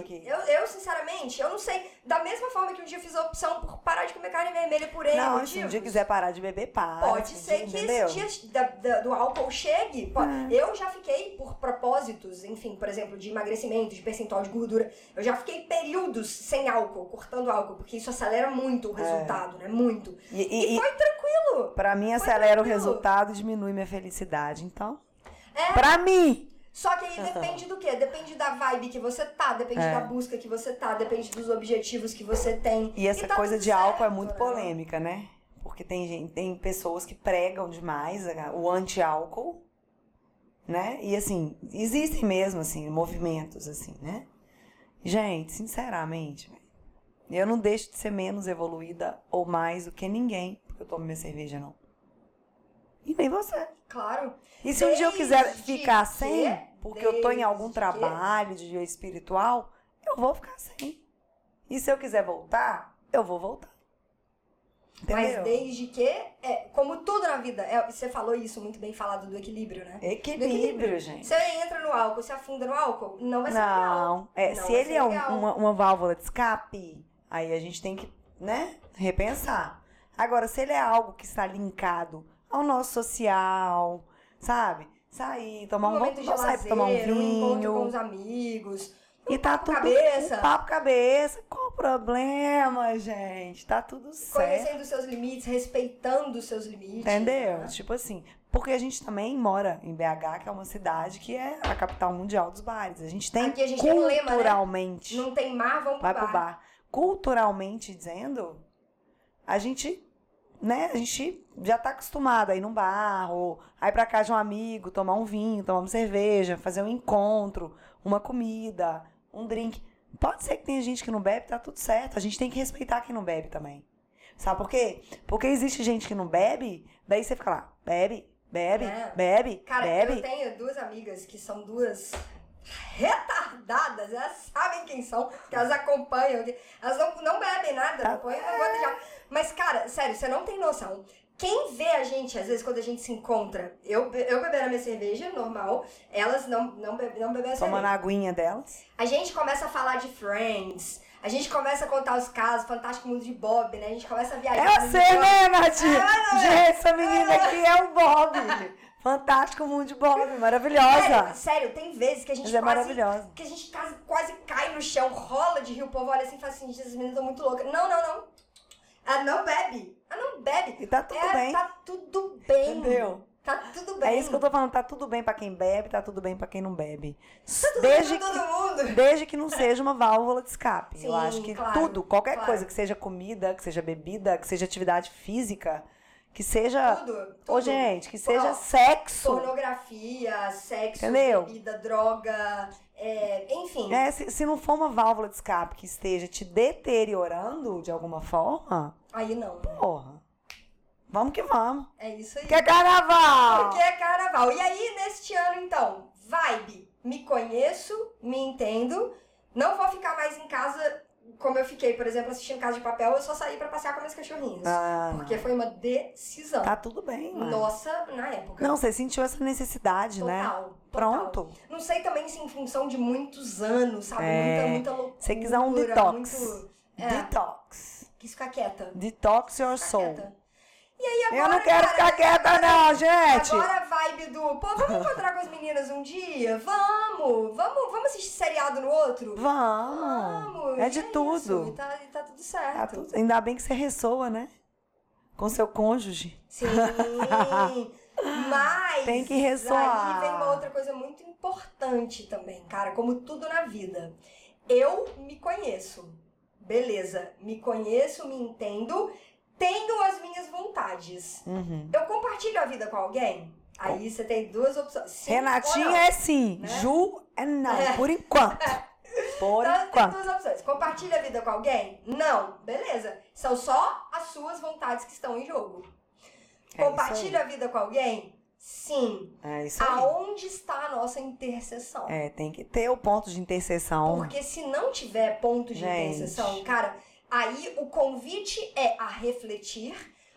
Speaker 1: sei.
Speaker 2: aqui.
Speaker 1: Eu, eu, sinceramente, eu não sei. Da mesma forma que um dia eu fiz a opção por parar de comer carne vermelha por ele,
Speaker 2: Não, se um dia quiser parar de beber, para.
Speaker 1: Pode
Speaker 2: se um
Speaker 1: ser
Speaker 2: dia-
Speaker 1: que
Speaker 2: entendeu? É.
Speaker 1: esse dia da- da- do álcool chegue. Po- Eu já fiquei por propósitos, enfim, por exemplo, de emagrecimento, de percentual de gordura. Eu já fiquei períodos sem álcool, cortando álcool, porque isso acelera muito o resultado, né? Muito. E,
Speaker 2: E, É. e, e
Speaker 1: foi tranquilo.
Speaker 2: pra mim acelera o
Speaker 1: tranquilo.
Speaker 2: resultado e diminui minha felicidade. Então,
Speaker 1: É.
Speaker 2: pra mim,
Speaker 1: Só que aí depende do quê? Depende da vibe que você tá, depende
Speaker 2: É.
Speaker 1: da busca que você tá, depende dos objetivos que você tem.
Speaker 2: E essa
Speaker 1: tá
Speaker 2: coisa
Speaker 1: tudo
Speaker 2: de álcool é
Speaker 1: certo,
Speaker 2: muito
Speaker 1: né?
Speaker 2: polêmica, né? Porque tem gente, tem pessoas que pregam demais a- o anti-álcool, né? E assim, existem mesmo assim movimentos assim, né? Gente, sinceramente, velho, eu não deixo de ser menos evoluída ou mais do que ninguém porque eu tomo minha cerveja não. E nem você.
Speaker 1: Claro.
Speaker 2: E se um dia eu quiser
Speaker 1: Desde
Speaker 2: ficar
Speaker 1: que-
Speaker 2: sem, porque eu tô em algum
Speaker 1: desde que-
Speaker 2: trabalho de espiritual, eu vou ficar sem. E se eu quiser voltar, eu vou voltar. Entendeu?
Speaker 1: Mas desde que, é, como tudo na vida, é, você falou isso muito bem falado do equilíbrio, né?
Speaker 2: Equilíbrio, gente.
Speaker 1: Você entra no álcool, se afunda no álcool, não vai ser legal.
Speaker 2: Não, é,
Speaker 1: Não
Speaker 2: se
Speaker 1: vai
Speaker 2: ele
Speaker 1: ser
Speaker 2: é um-
Speaker 1: legal.
Speaker 2: uma, uma válvula de escape, aí a gente tem que, né, repensar. Agora, se ele é algo que está linkado ao nosso social, sabe? Sair, tomar um,
Speaker 1: momento
Speaker 2: vamos,
Speaker 1: de
Speaker 2: vamos sair
Speaker 1: lazer,
Speaker 2: pra tomar um vinho.
Speaker 1: um encontro com os amigos.
Speaker 2: E tá tudo
Speaker 1: cabeça.
Speaker 2: um papo cabeça. Qual o problema, gente? Tá tudo certo.
Speaker 1: Conhecendo os seus limites, respeitando os seus limites.
Speaker 2: Entendeu?
Speaker 1: né?
Speaker 2: Tipo assim, porque a gente também mora em BH, que é uma cidade que é a capital mundial dos bares. A gente tem
Speaker 1: Aqui a gente tem um lema, né?
Speaker 2: culturalmente,
Speaker 1: Não tem mar, vamos
Speaker 2: vai
Speaker 1: pro
Speaker 2: pro bar. Culturalmente dizendo, a gente, né, a gente já tá acostumado a ir num bar, ou a ir pra casa de um amigo, tomar um vinho, tomar uma cerveja, fazer um encontro, uma comida, um drink. Pode ser que tenha gente que não bebe, tá tudo certo. A gente tem que respeitar quem não bebe também. Sabe por quê? Porque existe gente que não bebe, daí você fica lá, bebe, bebe,
Speaker 1: É.
Speaker 2: bebe,
Speaker 1: Cara,
Speaker 2: bebe.
Speaker 1: eu tenho duas amigas que são duas retardadas, elas sabem quem são, que elas acompanham, que elas não, não bebem nada,
Speaker 2: Ah.
Speaker 1: não põem uma gota de álcool. Mas, cara, sério, você não tem noção. Quem vê a gente, às vezes, quando a gente se encontra, eu, be- eu bebendo a minha cerveja, normal, elas não, não, bebe, não bebem a
Speaker 2: Tomando
Speaker 1: cerveja.
Speaker 2: a aguinha delas.
Speaker 1: A gente começa a falar de Friends, a gente começa a contar os casos, Fantástico Mundo de Bob, né? A gente começa a viajar.
Speaker 2: É
Speaker 1: no
Speaker 2: você,
Speaker 1: mundo de
Speaker 2: né, Natinha? Gente, essa menina aqui é o Bob. Fantástico mundo de Bob,
Speaker 1: Sério,
Speaker 2: maravilhosa.
Speaker 1: sério, tem vezes que a gente
Speaker 2: Mas é
Speaker 1: quase,
Speaker 2: maravilhosa.
Speaker 1: que a gente quase, quase cai no chão, rola de rio, o povo olha assim e fala assim, essas meninas estão muito loucas. Não, não, não. Ela não bebe. Ela não bebe.
Speaker 2: E tá tudo
Speaker 1: É,
Speaker 2: bem.
Speaker 1: Tá tudo bem.
Speaker 2: Entendeu?
Speaker 1: Tá tudo bem.
Speaker 2: É isso que eu tô falando, tá tudo bem pra quem bebe, tá tudo bem pra quem não bebe.
Speaker 1: Tá tudo
Speaker 2: Desde
Speaker 1: bem pra todo
Speaker 2: que,
Speaker 1: mundo.
Speaker 2: desde que não seja uma válvula de escape. eu
Speaker 1: Sim,
Speaker 2: acho que
Speaker 1: claro,
Speaker 2: tudo, qualquer
Speaker 1: claro.
Speaker 2: coisa, que seja comida, que seja bebida, que seja atividade física, que seja.
Speaker 1: Tudo, tudo.
Speaker 2: Ah, Ô, gente, que seja
Speaker 1: Ó,
Speaker 2: sexo.
Speaker 1: Pornografia, sexo,
Speaker 2: Entendeu?
Speaker 1: bebida, droga, é, enfim.
Speaker 2: É, se, se não for uma válvula de escape que esteja te deteriorando de alguma forma,
Speaker 1: Aí não. né?
Speaker 2: porra. Vamos que vamos.
Speaker 1: É isso aí.
Speaker 2: Que é carnaval!
Speaker 1: Porque é carnaval. E aí, neste ano, então, vibe. Me conheço, me entendo. Não vou ficar mais em casa como eu fiquei, por exemplo, assistindo Casa de Papel. Eu só saí pra passear com meus cachorrinhos.
Speaker 2: Ah,
Speaker 1: Porque foi uma decisão.
Speaker 2: tá tudo bem, mano.
Speaker 1: Nossa, na época.
Speaker 2: Não, você sentiu essa necessidade, né?
Speaker 1: total, total.
Speaker 2: Pronto.
Speaker 1: Não sei também se em função de muitos anos, sabe?
Speaker 2: É.
Speaker 1: Muita, muita loucura.
Speaker 2: Você quiser um detox.
Speaker 1: Muito... É,
Speaker 2: Detox.
Speaker 1: quis ficar quieta.
Speaker 2: Detox your
Speaker 1: Ficar
Speaker 2: soul.
Speaker 1: quieta. E aí agora,
Speaker 2: Eu não quero
Speaker 1: cara,
Speaker 2: ficar quieta, não, gente!
Speaker 1: Agora a vibe do, pô, vamos encontrar com as meninas um dia? Vamos! Vamos, vamos assistir seriado no outro?
Speaker 2: Vamos! É de
Speaker 1: e isso, E
Speaker 2: tudo.
Speaker 1: tá, e tá tudo
Speaker 2: Tá
Speaker 1: certo.
Speaker 2: tudo- Ainda bem que você ressoa, né? Com seu cônjuge.
Speaker 1: Sim. Mas
Speaker 2: Tem que ressoar.
Speaker 1: aí vem uma outra coisa muito importante também, cara, como tudo na vida. Eu me conheço. Beleza, me conheço, me entendo, tenho as minhas vontades.
Speaker 2: Uhum.
Speaker 1: Eu compartilho a vida com alguém? Aí você tem duas opções. Sim ou não.
Speaker 2: Renatinha é sim,
Speaker 1: né?
Speaker 2: Ju é não,
Speaker 1: É.
Speaker 2: por enquanto. Por
Speaker 1: Então, tem
Speaker 2: enquanto.
Speaker 1: duas opções. Compartilha a vida com alguém? Não. Beleza. São só as suas vontades que estão em jogo.
Speaker 2: É
Speaker 1: Compartilha a vida com alguém? Sim.
Speaker 2: isso aí. É isso aí.
Speaker 1: Aonde está a nossa interseção?
Speaker 2: É, tem que ter o ponto de interseção.
Speaker 1: Porque se não tiver ponto de
Speaker 2: Gente.
Speaker 1: interseção, cara, aí o convite é a refletir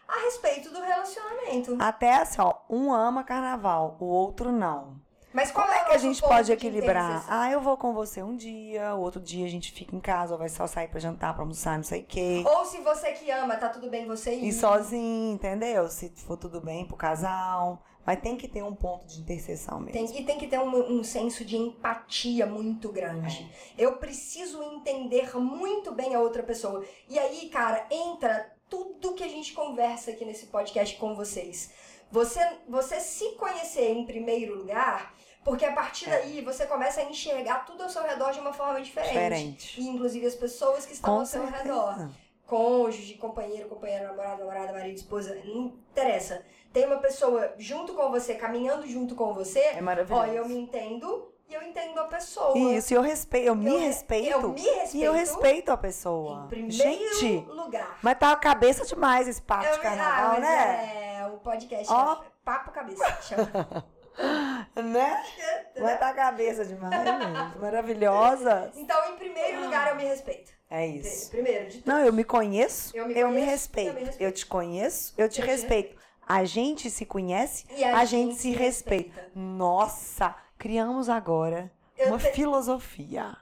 Speaker 1: a respeito do relacionamento.
Speaker 2: Até assim, ó, um ama carnaval, o outro não.
Speaker 1: Mas qual
Speaker 2: Como
Speaker 1: é,
Speaker 2: é
Speaker 1: o
Speaker 2: que a
Speaker 1: nosso
Speaker 2: gente
Speaker 1: ponto
Speaker 2: pode
Speaker 1: de
Speaker 2: equilibrar?
Speaker 1: interseção?
Speaker 2: Ah, eu vou com você um dia, o outro dia a gente fica em casa, ou vai só sair pra jantar, pra almoçar, não sei o quê.
Speaker 1: Ou se você que ama, tá tudo bem você ir.
Speaker 2: E sozinho, entendeu? Se for tudo bem pro casal. Mas tem que ter um ponto de interseção mesmo.
Speaker 1: Tem, e tem que ter um, um senso de empatia muito grande.
Speaker 2: É.
Speaker 1: Eu preciso entender muito bem a outra pessoa. E aí, cara, entra tudo que a gente conversa aqui nesse podcast com vocês. Você, você se conhecer em primeiro lugar, porque a partir
Speaker 2: É.
Speaker 1: daí você começa a enxergar tudo ao seu redor de uma forma diferente.
Speaker 2: Diferente.
Speaker 1: E inclusive as pessoas que estão
Speaker 2: Com
Speaker 1: ao seu redor.
Speaker 2: certeza.
Speaker 1: Cônjuge, companheiro, companheira, namorado, namorada, marido, esposa, não interessa. Tem uma pessoa junto com você, caminhando junto com você,
Speaker 2: É maravilhoso.
Speaker 1: Olha, eu me entendo e eu entendo a pessoa.
Speaker 2: Isso, e eu respeito, eu me
Speaker 1: Eu-
Speaker 2: respeito.
Speaker 1: Eu me respeito.
Speaker 2: E eu respeito a
Speaker 1: Em
Speaker 2: pessoa.
Speaker 1: primeiro
Speaker 2: Gente,
Speaker 1: lugar.
Speaker 2: mas tá a cabeça demais esse papo
Speaker 1: Eu
Speaker 2: de
Speaker 1: me-
Speaker 2: carnaval,
Speaker 1: ah, mas
Speaker 2: né?
Speaker 1: É, o podcast
Speaker 2: Ó.
Speaker 1: é Papo Cabeça. chama.
Speaker 2: Né? Mas tá a cabeça demais, gente. Maravilhosa.
Speaker 1: então, em primeiro lugar, eu me respeito.
Speaker 2: Ah. É
Speaker 1: Pri-
Speaker 2: isso.
Speaker 1: Primeiro de tudo.
Speaker 2: Não, eu me conheço,
Speaker 1: Eu
Speaker 2: eu
Speaker 1: me
Speaker 2: me,
Speaker 1: conheço,
Speaker 2: respeito.
Speaker 1: eu me respeito.
Speaker 2: Eu te conheço, eu te
Speaker 1: Eu te
Speaker 2: respeito. A gente se conhece,
Speaker 1: E
Speaker 2: a, gente, se respeita. Nossa, criamos agora
Speaker 1: Eu
Speaker 2: uma
Speaker 1: te-
Speaker 2: filosofia.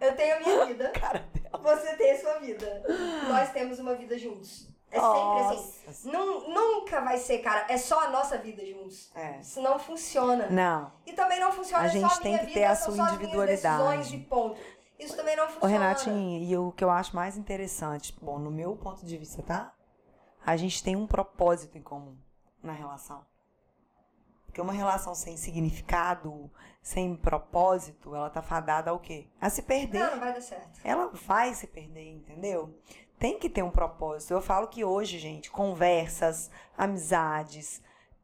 Speaker 1: Eu tenho a minha vida,
Speaker 2: Cara dela.
Speaker 1: você tem a sua vida. Nós temos uma vida juntos. É sempre assim.
Speaker 2: Nossa.
Speaker 1: Nun- nunca vai ser, cara, é só a nossa vida juntos.
Speaker 2: É.
Speaker 1: Isso não funciona.
Speaker 2: Não.
Speaker 1: E também não funciona
Speaker 2: A
Speaker 1: só
Speaker 2: gente
Speaker 1: a
Speaker 2: tem
Speaker 1: minha
Speaker 2: que
Speaker 1: vida,
Speaker 2: ter a
Speaker 1: são
Speaker 2: sua
Speaker 1: só minhas
Speaker 2: individualidade.
Speaker 1: decisões e ponto. Isso também não
Speaker 2: Ô,
Speaker 1: funciona.
Speaker 2: Renatinho, e o que eu acho mais interessante, bom, no meu ponto de vista, tá? A gente tem um propósito em comum na relação. Porque uma relação sem significado, sem propósito, ela tá fadada ao quê? A se perder.
Speaker 1: Não, não vai dar certo.
Speaker 2: Ela vai se perder, entendeu? Tem que ter um propósito. Eu falo que hoje, gente, conversas, amizades,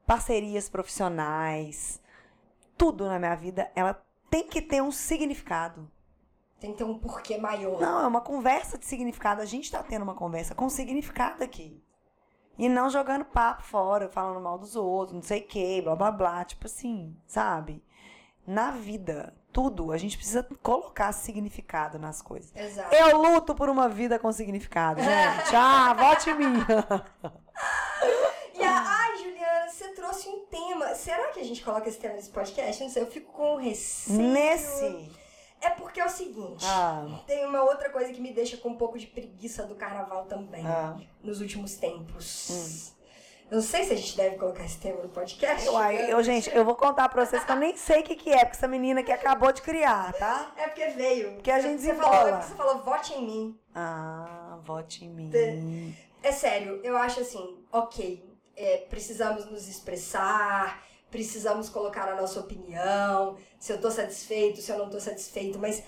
Speaker 2: parcerias profissionais, tudo na minha vida, ela tem que ter um significado.
Speaker 1: Tem que ter um porquê maior.
Speaker 2: Não, é uma conversa de significado. A gente tá tendo uma conversa com significado aqui. E não jogando papo fora, falando mal dos outros, não sei o quê, blá blá blá. Tipo assim, sabe? Na vida, tudo, a gente precisa colocar significado nas coisas.
Speaker 1: Exato.
Speaker 2: Eu luto por uma vida com significado, gente. Ah, vote em mim.
Speaker 1: E a, ai, Juliana, você trouxe um tema. Será que a gente coloca esse tema nesse podcast? Eu Não sei, eu fico com receio.
Speaker 2: Nesse.
Speaker 1: É porque é o seguinte.
Speaker 2: Ah,
Speaker 1: Tem uma outra coisa que me deixa com um pouco de preguiça do carnaval também,
Speaker 2: ah.
Speaker 1: nos últimos tempos. Eu não sei se a gente deve colocar esse tema no podcast.
Speaker 2: Uai, eu, gente, eu vou contar pra vocês que eu nem sei o que, que é, porque essa menina que acabou de criar, tá?
Speaker 1: É porque veio.
Speaker 2: Porque a gente
Speaker 1: você falou, é
Speaker 2: desembola.
Speaker 1: porque você falou, vote em mim.
Speaker 2: Ah, vote em mim.
Speaker 1: É sério, eu acho assim, ok, é, precisamos nos expressar, precisamos colocar a nossa opinião, se eu tô satisfeito, se eu não tô satisfeito, mas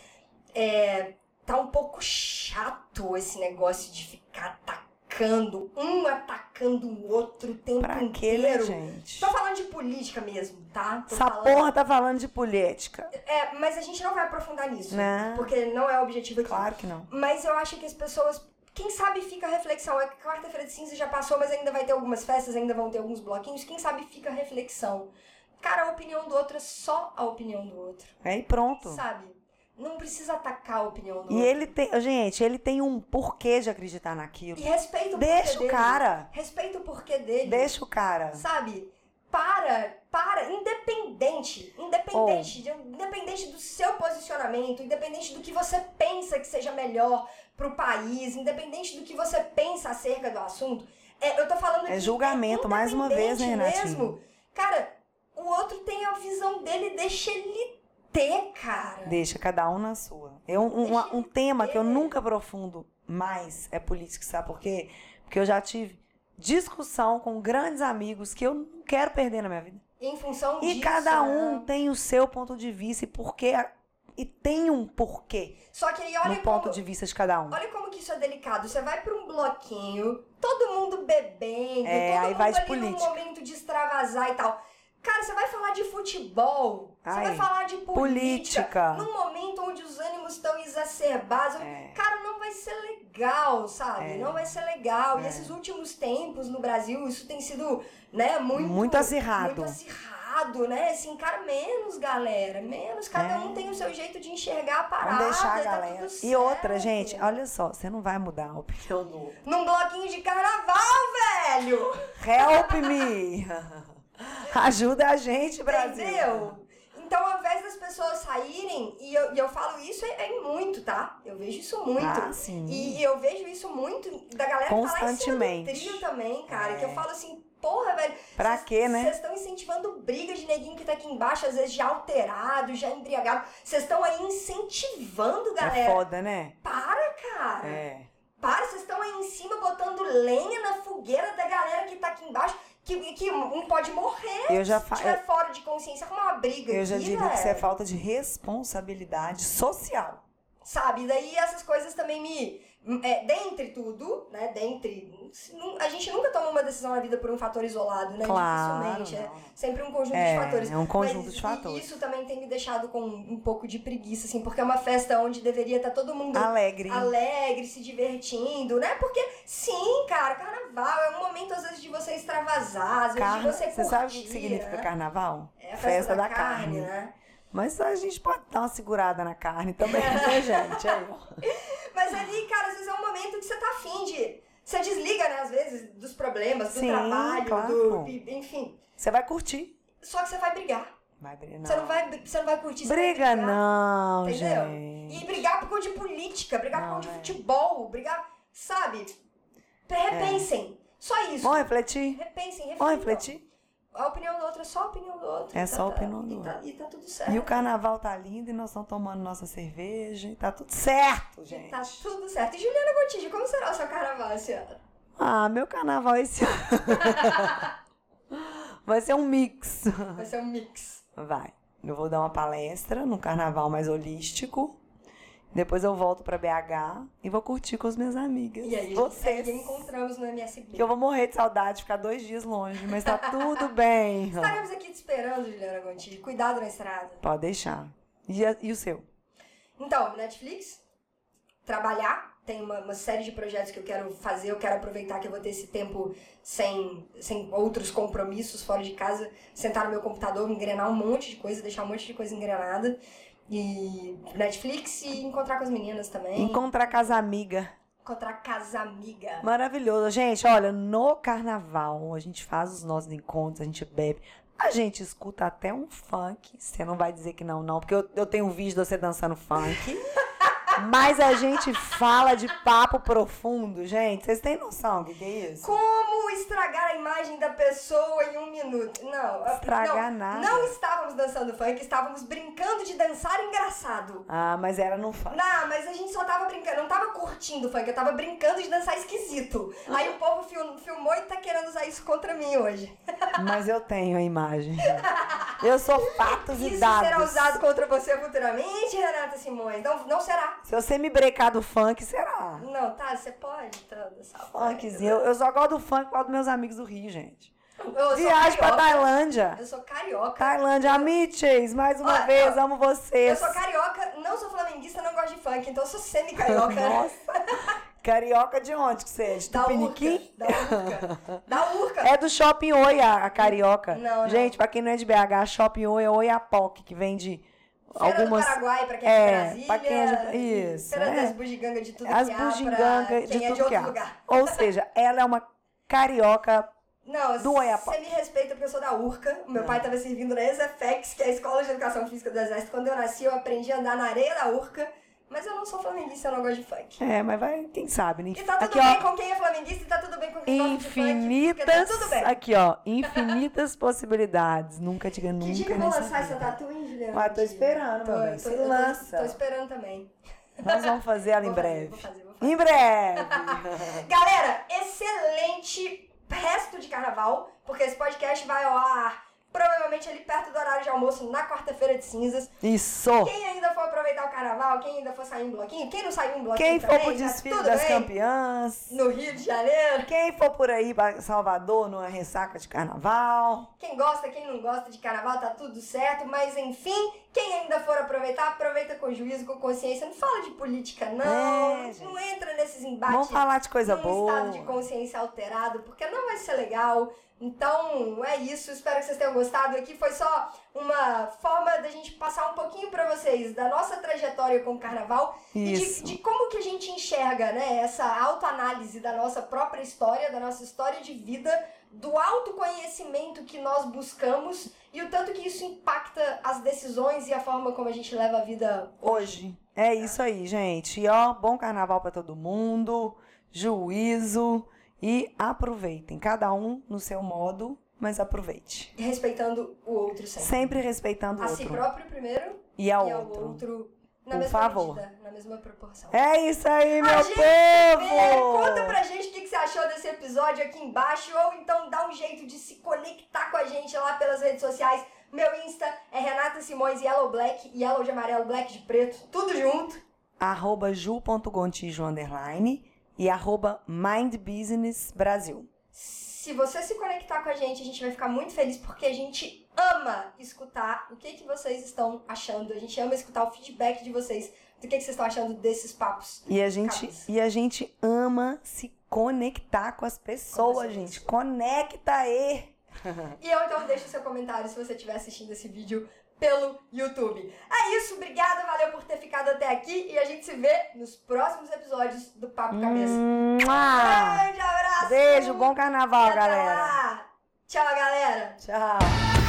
Speaker 1: é, tá um pouco chato esse negócio de ficar atacando, um atacando o outro o tempo
Speaker 2: Pra que, né,
Speaker 1: inteiro.
Speaker 2: gente?
Speaker 1: Tô Tá falando de política mesmo, tá? Tô
Speaker 2: Essa
Speaker 1: falando-
Speaker 2: porra tá falando de política.
Speaker 1: É, mas a gente não vai aprofundar nisso,
Speaker 2: Não.
Speaker 1: porque não é o objetivo aqui.
Speaker 2: Né? Claro que não.
Speaker 1: Mas eu acho que as pessoas. Quem sabe fica a reflexão. A quarta-feira de cinza já passou, mas ainda vai ter algumas festas, ainda vão ter alguns bloquinhos. Quem sabe fica a reflexão. Cara, a opinião do outro é só a opinião do outro.
Speaker 2: Aí É, pronto.
Speaker 1: Sabe? Não precisa atacar a opinião do
Speaker 2: E
Speaker 1: outro.
Speaker 2: ele tem. Gente, ele tem um porquê de acreditar naquilo.
Speaker 1: E respeita o porquê
Speaker 2: Deixa o
Speaker 1: dele.
Speaker 2: cara.
Speaker 1: Respeita o porquê dele.
Speaker 2: Deixa o cara.
Speaker 1: Sabe? Para, para, independente, independente, de- independente do seu posicionamento, independente do que você pensa que seja melhor pro país, independente do que você pensa acerca do assunto, é, eu tô falando
Speaker 2: É
Speaker 1: aqui,
Speaker 2: julgamento, mais uma vez, né,
Speaker 1: independente
Speaker 2: Renatinho?
Speaker 1: mesmo. Cara, o outro tem a visão dele, deixa ele ter, cara.
Speaker 2: Deixa cada um na sua. Eu, um,
Speaker 1: Deixa
Speaker 2: um- um tema que eu
Speaker 1: ter.
Speaker 2: nunca aprofundo mais é política, sabe por quê? Porque eu já tive discussão com grandes amigos que eu não quero perder na minha vida.
Speaker 1: Em função
Speaker 2: E
Speaker 1: disso,
Speaker 2: cada um
Speaker 1: né?
Speaker 2: tem o seu ponto de vista e porquê. E tem um porquê
Speaker 1: Só que aí olha
Speaker 2: no
Speaker 1: como,
Speaker 2: ponto de vista de cada um.
Speaker 1: Olha como que isso é delicado. Você vai pra um bloquinho, todo mundo bebendo,
Speaker 2: É,
Speaker 1: todo
Speaker 2: aí
Speaker 1: mundo
Speaker 2: vai de
Speaker 1: ali num
Speaker 2: política.
Speaker 1: momento de extravasar e tal. Cara, você vai falar de futebol, você
Speaker 2: Ai,
Speaker 1: vai falar de política,
Speaker 2: política.
Speaker 1: num momento exacerbado.
Speaker 2: É.
Speaker 1: Cara, não vai ser legal, sabe?
Speaker 2: É.
Speaker 1: Não vai ser legal. E
Speaker 2: É.
Speaker 1: esses últimos tempos no Brasil, isso tem sido, né, muito...
Speaker 2: Muito acirrado.
Speaker 1: Muito acirrado, né? Assim, cara, menos, galera. Menos. Cada
Speaker 2: É.
Speaker 1: um tem o seu jeito de enxergar a parada.
Speaker 2: Vamos deixar a
Speaker 1: e tá
Speaker 2: galera.
Speaker 1: tudo
Speaker 2: E outra,
Speaker 1: certo.
Speaker 2: gente, olha só, você não vai mudar a opinião do outro.
Speaker 1: Num bloquinho de carnaval, velho!
Speaker 2: Help me! Ajuda a gente, Brasil!
Speaker 1: Entendeu? Então, ao invés das pessoas saírem, e eu, e eu falo isso é, é muito, tá? Eu vejo isso muito.
Speaker 2: Ah, sim.
Speaker 1: E eu vejo isso muito da galera
Speaker 2: Constantemente.
Speaker 1: falar em cima do trio também, cara. Que eu
Speaker 2: É.
Speaker 1: falo assim, porra, velho.
Speaker 2: Pra
Speaker 1: cês-
Speaker 2: quê, né?
Speaker 1: Vocês estão incentivando briga de neguinho que tá aqui embaixo, às vezes já alterado, já embriagado. Vocês estão aí incentivando,
Speaker 2: É
Speaker 1: galera.
Speaker 2: foda, né?
Speaker 1: Para, cara.
Speaker 2: É.
Speaker 1: Para, vocês estão aí em cima botando lenha na fogueira da galera que tá aqui embaixo. Que, que um pode morrer
Speaker 2: Eu já
Speaker 1: se
Speaker 2: fa...
Speaker 1: tiver fora de consciência, arruma uma briga aqui,
Speaker 2: Eu
Speaker 1: né?
Speaker 2: já digo
Speaker 1: velho.
Speaker 2: que isso é falta de responsabilidade social.
Speaker 1: Sabe, daí essas coisas também me... É, dentre tudo, né, dentre... nu- A gente nunca toma uma decisão na vida por um fator isolado, né?
Speaker 2: Claro.
Speaker 1: Dificilmente, é
Speaker 2: não.
Speaker 1: sempre um conjunto
Speaker 2: É,
Speaker 1: de fatores.
Speaker 2: é um conjunto
Speaker 1: Mas
Speaker 2: de fatores.
Speaker 1: isso também tem me deixado com um pouco de preguiça, assim, porque é uma festa onde deveria estar todo mundo
Speaker 2: Alegre.
Speaker 1: alegre, se divertindo, né? Porque, sim, cara, carnaval é um momento, às vezes, de você extravasar, às vezes,
Speaker 2: Carna-
Speaker 1: de você curtir,
Speaker 2: Você sabe o que que significa
Speaker 1: né?
Speaker 2: carnaval?
Speaker 1: É a festa, da, carne, né?
Speaker 2: Mas a gente pode dar uma segurada na carne também,
Speaker 1: É.
Speaker 2: né, gente? Aí, ó.
Speaker 1: Mas ali, cara, às vezes é um momento que você tá afim de. Você desliga, né, às vezes, dos problemas, do
Speaker 2: Sim,
Speaker 1: trabalho,
Speaker 2: claro.
Speaker 1: do. Enfim.
Speaker 2: Você vai curtir.
Speaker 1: Só que você vai brigar.
Speaker 2: Vai brigar.
Speaker 1: Você não vai, você não vai curtir. você vai
Speaker 2: Briga
Speaker 1: brigar,
Speaker 2: não,
Speaker 1: Entendeu?
Speaker 2: gente.
Speaker 1: E brigar por conta de política, brigar por
Speaker 2: Não,
Speaker 1: conta de
Speaker 2: é.
Speaker 1: futebol, brigar. Sabe? Repensem. Só isso.
Speaker 2: Vamos refletir?
Speaker 1: Repensem,
Speaker 2: Vamos
Speaker 1: reflitam.
Speaker 2: refletir?
Speaker 1: A opinião do outro é só a opinião do outro.
Speaker 2: É
Speaker 1: E
Speaker 2: só a opinião do
Speaker 1: e tá- E tá tudo certo.
Speaker 2: E o carnaval tá lindo e nós estamos tomando nossa cerveja e tá tudo certo,
Speaker 1: E
Speaker 2: gente.
Speaker 1: Tá tudo certo. E Juliana Gotigi, como será o seu carnaval esse ano?
Speaker 2: Ah, meu carnaval esse ano vai ser um mix.
Speaker 1: Vai ser um mix.
Speaker 2: Vai. Eu vou dar uma palestra num carnaval mais holístico. Depois eu volto pra BH e vou curtir com as minhas amigas.
Speaker 1: E aí,
Speaker 2: Vocês.
Speaker 1: aí encontramos no MSB.
Speaker 2: Que eu vou morrer de saudade, ficar dois dias longe, mas tá tudo bem.
Speaker 1: Estaremos aqui te esperando, Juliana Gonti. Cuidado na estrada.
Speaker 2: Pode deixar. E, a- e o seu?
Speaker 1: Então, Netflix, trabalhar. Tem uma, uma série de projetos que eu quero fazer. Eu quero aproveitar que eu vou ter esse tempo sem, sem outros compromissos fora de casa. Sentar no meu computador, engrenar um monte de coisa, deixar um monte de coisa engrenada. E Netflix e encontrar com as meninas também.
Speaker 2: Encontrar com as amigas.
Speaker 1: encontrar casa amiga.
Speaker 2: Maravilhoso. Gente, olha, no carnaval a gente faz os nossos encontros, a gente bebe, a gente escuta até um funk. Você não vai dizer que não, não, porque eu, eu tenho um vídeo de você dançando funk. Mas a gente fala de papo profundo, gente. Vocês têm noção do que que é isso?
Speaker 1: Como estragar a imagem da pessoa em um minuto? Não, ah,
Speaker 2: Estragar
Speaker 1: não,
Speaker 2: nada.
Speaker 1: Não estávamos dançando funk, estávamos brincando de dançar engraçado.
Speaker 2: Ah, mas era no funk.
Speaker 1: Não, mas a gente só tava brincando, eu não tava curtindo funk, eu tava brincando de dançar esquisito. Aí o povo fil- filmou e tá querendo usar isso contra mim hoje.
Speaker 2: Mas eu tenho a imagem. Eu sou fatos e
Speaker 1: Isso
Speaker 2: dados.
Speaker 1: será usado contra você futuramente, Renata Simões? Não, não será.
Speaker 2: Se você me brecar do funk, será.
Speaker 1: Não, tá, você pode tá, dançar
Speaker 2: Funkzinho. Eu, eu só gosto do funk por causa dos meus amigos do Rio, gente.
Speaker 1: Eu sou
Speaker 2: Viagem pra
Speaker 1: carioca.
Speaker 2: Tailândia.
Speaker 1: Eu sou carioca.
Speaker 2: Tailândia, Amiches, mais uma
Speaker 1: Olha,
Speaker 2: vez,
Speaker 1: ó,
Speaker 2: amo
Speaker 1: Eu
Speaker 2: vocês.
Speaker 1: sou carioca, não sou flamenguista, não gosto de funk, então eu sou semi-carioca.
Speaker 2: Nossa. Carioca de onde que você é? De
Speaker 1: Da
Speaker 2: Tupiniquim?
Speaker 1: Urca. Da Urca. Da Urca.
Speaker 2: É do Shopping Oi, a, a carioca.
Speaker 1: Não, não.
Speaker 2: Gente, pra quem não é de BH, Shopping Oi é Oiapoque, que vende
Speaker 1: Feira
Speaker 2: algumas...
Speaker 1: do Paraguai, pra quem é, de
Speaker 2: É,
Speaker 1: Brasília.
Speaker 2: pra quem é de- isso,
Speaker 1: Feira
Speaker 2: é.
Speaker 1: das bugigangas de tudo
Speaker 2: As
Speaker 1: que há, pra
Speaker 2: bugigangas
Speaker 1: quem
Speaker 2: de
Speaker 1: é de
Speaker 2: tudo que
Speaker 1: outro
Speaker 2: há.
Speaker 1: lugar.
Speaker 2: Ou seja, ela é uma carioca...
Speaker 1: Não,
Speaker 2: Do
Speaker 1: você
Speaker 2: Oiapoque. É.
Speaker 1: me respeita porque eu sou da Urca. O meu pai tava servindo na ESFEX, que é a Escola de Educação Física do Exército. Quando eu nasci, eu aprendi a andar na areia da Urca. Mas eu não sou flamenguista, eu não gosto de funk.
Speaker 2: É, mas vai, quem sabe, né?
Speaker 1: E tá tudo
Speaker 2: Aqui,
Speaker 1: bem
Speaker 2: ó,
Speaker 1: com quem é flamenguista e tá tudo bem com quem gosta de funk. porque Tá
Speaker 2: infinitas...
Speaker 1: tudo bem.
Speaker 2: Aqui, ó, infinitas possibilidades. Nunca diga nunca
Speaker 1: Que dia que eu vou
Speaker 2: nessa
Speaker 1: lançar
Speaker 2: vida.
Speaker 1: essa tatu, hein, Juliana?
Speaker 2: Ah, tô esperando, meu bem.
Speaker 1: Tô,
Speaker 2: Se
Speaker 1: eu tô-
Speaker 2: lança.
Speaker 1: Tô esperando também.
Speaker 2: Nós vamos fazer ela em
Speaker 1: Vou fazer,
Speaker 2: breve.
Speaker 1: vou fazer, vou fazer.
Speaker 2: Em breve!
Speaker 1: Galera, excelente resto de carnaval, porque esse podcast vai ao ar provavelmente ali perto do horário de almoço, na quarta-feira de cinzas.
Speaker 2: Isso!
Speaker 1: Quem ainda for aproveitar o carnaval, quem ainda for sair em bloquinho, quem não saiu em bloquinho
Speaker 2: Quem for
Speaker 1: também,
Speaker 2: pro
Speaker 1: tá
Speaker 2: desfile
Speaker 1: tudo
Speaker 2: das
Speaker 1: bem.
Speaker 2: campeãs,
Speaker 1: No Rio de Janeiro,
Speaker 2: quem for por aí pra Salvador numa ressaca de carnaval,
Speaker 1: quem gosta, quem não gosta de carnaval, tá tudo certo, mas enfim, Quem ainda for aproveitar, aproveita com juízo, com consciência. Não fala de política, não.
Speaker 2: É, gente.
Speaker 1: não entra nesses embates.
Speaker 2: Vamos falar de coisa
Speaker 1: num
Speaker 2: boa.
Speaker 1: estado de consciência alterado, porque não vai ser legal. Então, é isso. Espero que vocês tenham gostado. Aqui foi só uma forma da gente passar um pouquinho pra vocês da nossa trajetória com o carnaval e de,
Speaker 2: Isso.
Speaker 1: de como que a gente enxerga, né, essa autoanálise da nossa própria história, da nossa história de vida, do autoconhecimento que nós buscamos e o tanto que isso impacta as decisões e a forma como a gente leva a vida
Speaker 2: Hoje. É isso aí, gente. E ó, bom carnaval pra todo mundo, juízo e aproveitem. Cada um no seu modo, mas aproveite.
Speaker 1: respeitando o outro sempre.
Speaker 2: Sempre respeitando o
Speaker 1: a si
Speaker 2: outro
Speaker 1: próprio primeiro
Speaker 2: e ao
Speaker 1: Assim, e ao
Speaker 2: outro.
Speaker 1: outro na
Speaker 2: Por
Speaker 1: mesma
Speaker 2: favor.
Speaker 1: medida, na mesma proporção.
Speaker 2: É isso aí, meu
Speaker 1: gente Vê, conta
Speaker 2: povo!
Speaker 1: pra gente o que, que você achou desse episódio aqui embaixo, ou então dá um jeito de se conectar com a gente lá pelas redes sociais. Meu Insta é Renata Simões Yellow Black, Yellow de amarelo, Black de preto, tudo junto.
Speaker 2: Arroba ju.gontijo underline e arroba Mind Business Brasil.
Speaker 1: Se você se conectar com a gente, a gente vai ficar muito feliz porque a gente ama escutar o que, que vocês estão achando. A gente ama escutar o feedback de vocês do que, que vocês estão achando desses papos.
Speaker 2: E a gente,
Speaker 1: Cabeça.
Speaker 2: e a gente ama se conectar com as pessoas,
Speaker 1: pessoas.
Speaker 2: gente. Conecta aí!
Speaker 1: E eu então deixo seu comentário se você estiver assistindo esse vídeo pelo YouTube. É isso, obrigada, valeu por ter ficado até aqui e a gente se vê nos próximos episódios do Papo Cabeça.
Speaker 2: Mua!
Speaker 1: Grande abraço!
Speaker 2: Hum. Beijo, bom carnaval,
Speaker 1: Até
Speaker 2: galera!
Speaker 1: lá. Tchau, galera!
Speaker 2: Tchau!